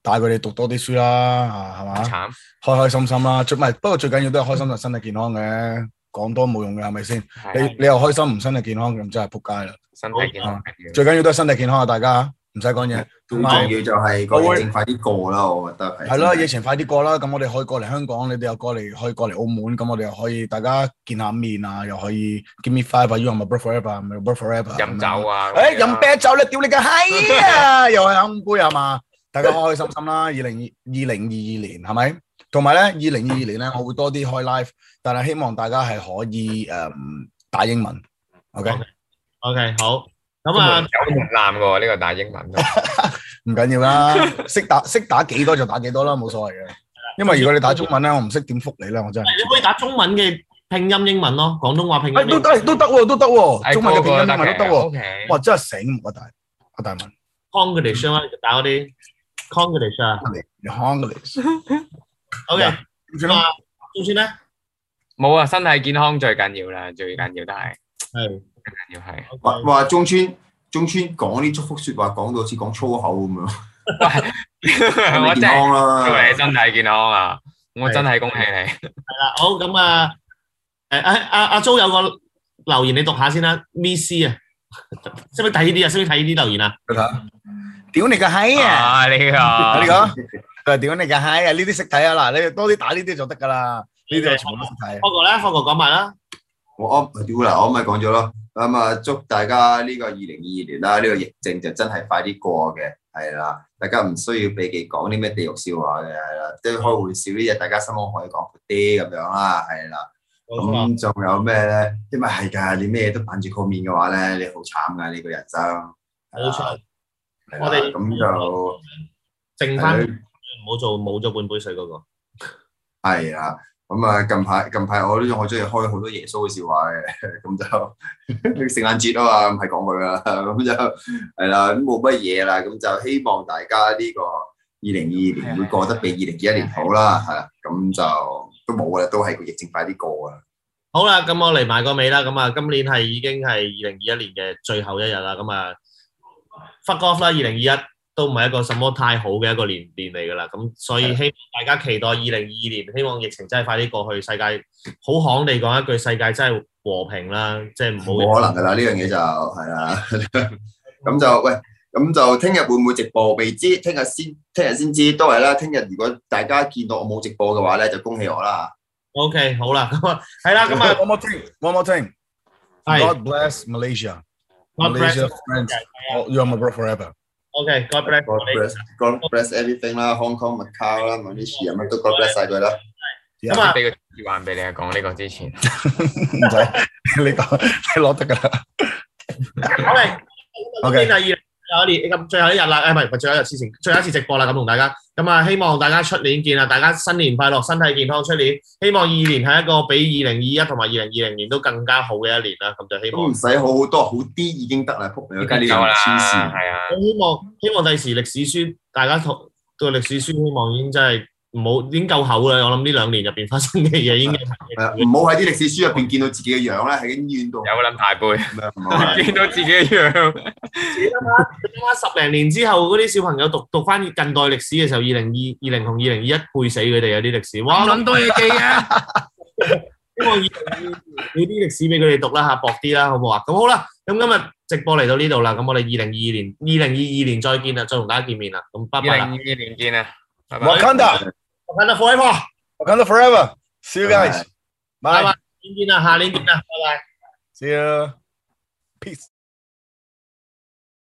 [SPEAKER 5] 帶佢哋讀多啲書啦，啊係嘛，
[SPEAKER 3] 慘，
[SPEAKER 5] 開開心心啦，最唔係不過最緊要都係開心就身體健康嘅，講多冇用嘅係咪先？你
[SPEAKER 3] 係
[SPEAKER 5] 你又開心唔身體健康咁真係仆街啦，
[SPEAKER 3] 身體健康緊要。
[SPEAKER 5] 最緊要都係身體健康啊，大家唔使講嘢。
[SPEAKER 3] 嗯
[SPEAKER 1] 仲重要就係個疫症快啲過啦，我覺得係。
[SPEAKER 5] 係咯，疫情快啲過啦，咁我哋可以過嚟香港，你哋又過嚟，可以過嚟澳門，咁我哋又可以大家見下面啊，又可以 give me five 啊，you are my bro forever，I'm your bro forever。
[SPEAKER 3] 飲酒
[SPEAKER 5] 啊！
[SPEAKER 3] 啊，
[SPEAKER 5] 誒，飲啤酒啦，屌你個 閪啊！又係飲杯係嘛？大家開開心心啦！二零二二零二二年係咪？同埋咧，二零二二年咧，我會多啲開 live，但係希望大家係可以誒、嗯打英文，OK？
[SPEAKER 2] OK 好，咁
[SPEAKER 3] 咁
[SPEAKER 2] 啊
[SPEAKER 3] 啊，有門檻嘅喎，呢個打英文都。
[SPEAKER 5] 唔緊要啦，識打識打幾多就打幾多啦，冇所謂嘅。因為如果你打中文咧，我唔識點覆你啦，我真係。
[SPEAKER 2] 你可以打中文嘅拼音英文咯，廣東話拼音
[SPEAKER 5] 哎，
[SPEAKER 2] 英
[SPEAKER 5] 都
[SPEAKER 2] 文。
[SPEAKER 5] 得，都得喎，都得喎，中文嘅拼音英文都
[SPEAKER 3] 喎。
[SPEAKER 5] 得喎。
[SPEAKER 3] OK，
[SPEAKER 5] 哇，真係醒目啊，大阿大文
[SPEAKER 2] Congolese 啊，打嗰啲 Congolese 啊。
[SPEAKER 5] 你 English，
[SPEAKER 2] OK，
[SPEAKER 5] Yeah.
[SPEAKER 2] 咁啊，中村咧
[SPEAKER 3] 冇啊，身體健康最緊要啦，最緊要都係
[SPEAKER 2] 係
[SPEAKER 3] 最緊要係。
[SPEAKER 1] 哇哇，中村中村講啲祝福説話講到好似講粗口咁樣，
[SPEAKER 3] 我
[SPEAKER 1] 健
[SPEAKER 3] 真係
[SPEAKER 1] 康
[SPEAKER 3] 祝
[SPEAKER 1] 啦
[SPEAKER 3] 你。身體健康啊！我真係恭喜你。
[SPEAKER 2] 啦，好咁啊，誒阿阿阿 Jo 有個留言你讀下先啦，Miss 啊，識唔識睇呢啲啊？識唔識睇呢啲留言啊？
[SPEAKER 5] 你睇，屌你個閪啊！
[SPEAKER 3] 啊，呢
[SPEAKER 5] 睇
[SPEAKER 3] 個
[SPEAKER 5] 呢個，佢話屌你個閪啊！呢啲識睇啊，嗱，你哋多啲打呢啲就得㗎啦，呢啲我全部都識睇。
[SPEAKER 2] 霍哥咧，霍哥講埋啦。
[SPEAKER 1] 我我屌啦，我咪講咗咯。咁啊，祝大家呢個二零二二年啦，呢、個疫症就真係快啲過嘅，係啦。大家唔需要避忌講啲咩地獄笑話嘅，係啦，即係開玩笑呢嘢，大家心口可以講闊啲咁樣啦，係啦。咁仲有咩咧？因為係㗎，你咩都板住個面嘅話咧，你好慘㗎，你個人生。
[SPEAKER 2] 冇錯，
[SPEAKER 1] 係啦
[SPEAKER 2] 我哋
[SPEAKER 1] 咁就啊
[SPEAKER 2] 剩翻唔好做冇咗半杯水嗰個。
[SPEAKER 1] 係啦。咁啊，近排近排我都我中意開好多耶穌嘅笑話嘅，咁就 聖誕節啊嘛，唔係講佢啦，咁就係啦，咁冇乜嘢啦，咁就希望大家呢個二零二二年會過得比二零二一年好啦，係啦，咁就都冇啦，都係個疫情快啲過啊，
[SPEAKER 2] 好啦，咁我嚟埋個尾啦。咁啊，今年係已經係二零二一年嘅最後一日啦。咁啊，fuck off 啦！二零二一都唔係一個什麼太好嘅一個年年嚟噶啦。咁所以希望大家期待二零二二年，希望疫情真係快啲過去，世界好行地講一句，世界真係和平啦，即係唔
[SPEAKER 1] 冇
[SPEAKER 2] 好
[SPEAKER 1] 可能噶啦，呢樣嘢就係啦，咁就喂，咁就聽日會唔會直播未知，聽日先聽日先知，都係啦，聽日如果大家見到我冇直播嘅話咧，就恭喜我啦。
[SPEAKER 2] OK 好啦。咁啊，係啦， 咁 啊，
[SPEAKER 5] One more thing，one more thing。
[SPEAKER 2] 係
[SPEAKER 5] God bless Malaysia。
[SPEAKER 2] God bless
[SPEAKER 5] Malaysia friends。You are my bro forever。
[SPEAKER 2] OK，God bless
[SPEAKER 1] God
[SPEAKER 2] 我哋
[SPEAKER 1] bless, God bless everything 啦，Hong Kong、Macau 啦、Malaysia 啊乜都 God bless 晒佢啦。
[SPEAKER 2] 咁
[SPEAKER 5] à.
[SPEAKER 2] 啊，
[SPEAKER 3] 俾個指環俾你啊，講呢個之前。
[SPEAKER 5] 唔使， 你講，你攞得㗎啦。
[SPEAKER 2] 好嚟，今日係二零二一年咁最後一日啦，誒唔係唔係最後一日之前，最後一次直播啦，咁同大家，咁啊希望大家出年見啊，大家新年快樂，身體健康，出年希望二年係一個比二零二一同埋二零二零年都更加好嘅一年啦，咁就希
[SPEAKER 1] 都唔
[SPEAKER 2] 望，
[SPEAKER 1] 使好好多，好啲已經得啦。仆你個街呢樣
[SPEAKER 3] 夠啦，
[SPEAKER 1] 黐線，
[SPEAKER 3] 係啊。
[SPEAKER 2] 我希望希望第時歷史書大家讀對歷史書希望已經真係唔好已經夠厚啦，我諗呢兩年入邊發生嘅嘢已經
[SPEAKER 1] 係啊唔好喺啲歷史書入邊見到自己嘅樣啦，喺啲醫院度
[SPEAKER 3] 有撚大杯，
[SPEAKER 1] 咁樣唔 好啊。
[SPEAKER 3] 見到自己樣，
[SPEAKER 2] 你諗下，你諗下十零年之後嗰啲小朋友讀讀翻近代歷史嘅時候，二零二二零同二零二一背死佢哋有啲歷史，哇！
[SPEAKER 3] 咁多嘢記啊！
[SPEAKER 2] 希望以俾啲歷史俾佢哋讀啦嚇，薄啲啦，好唔好啊？咁好啦，咁今日直播嚟到呢度啦，咁我哋二零二二年、二零二二年再見啦，再同大家見面啦，咁拜
[SPEAKER 3] 二
[SPEAKER 2] 拜
[SPEAKER 3] 零二
[SPEAKER 2] 啦，
[SPEAKER 3] 二年見啊，拜拜。
[SPEAKER 5] Wakanda，Wakanda
[SPEAKER 2] 我緊啦，火起波，
[SPEAKER 5] forever。See you guys。
[SPEAKER 2] 拜
[SPEAKER 5] Bye
[SPEAKER 2] 拜。，見見啦，下年見啦，拜拜。
[SPEAKER 5] See you. Peace.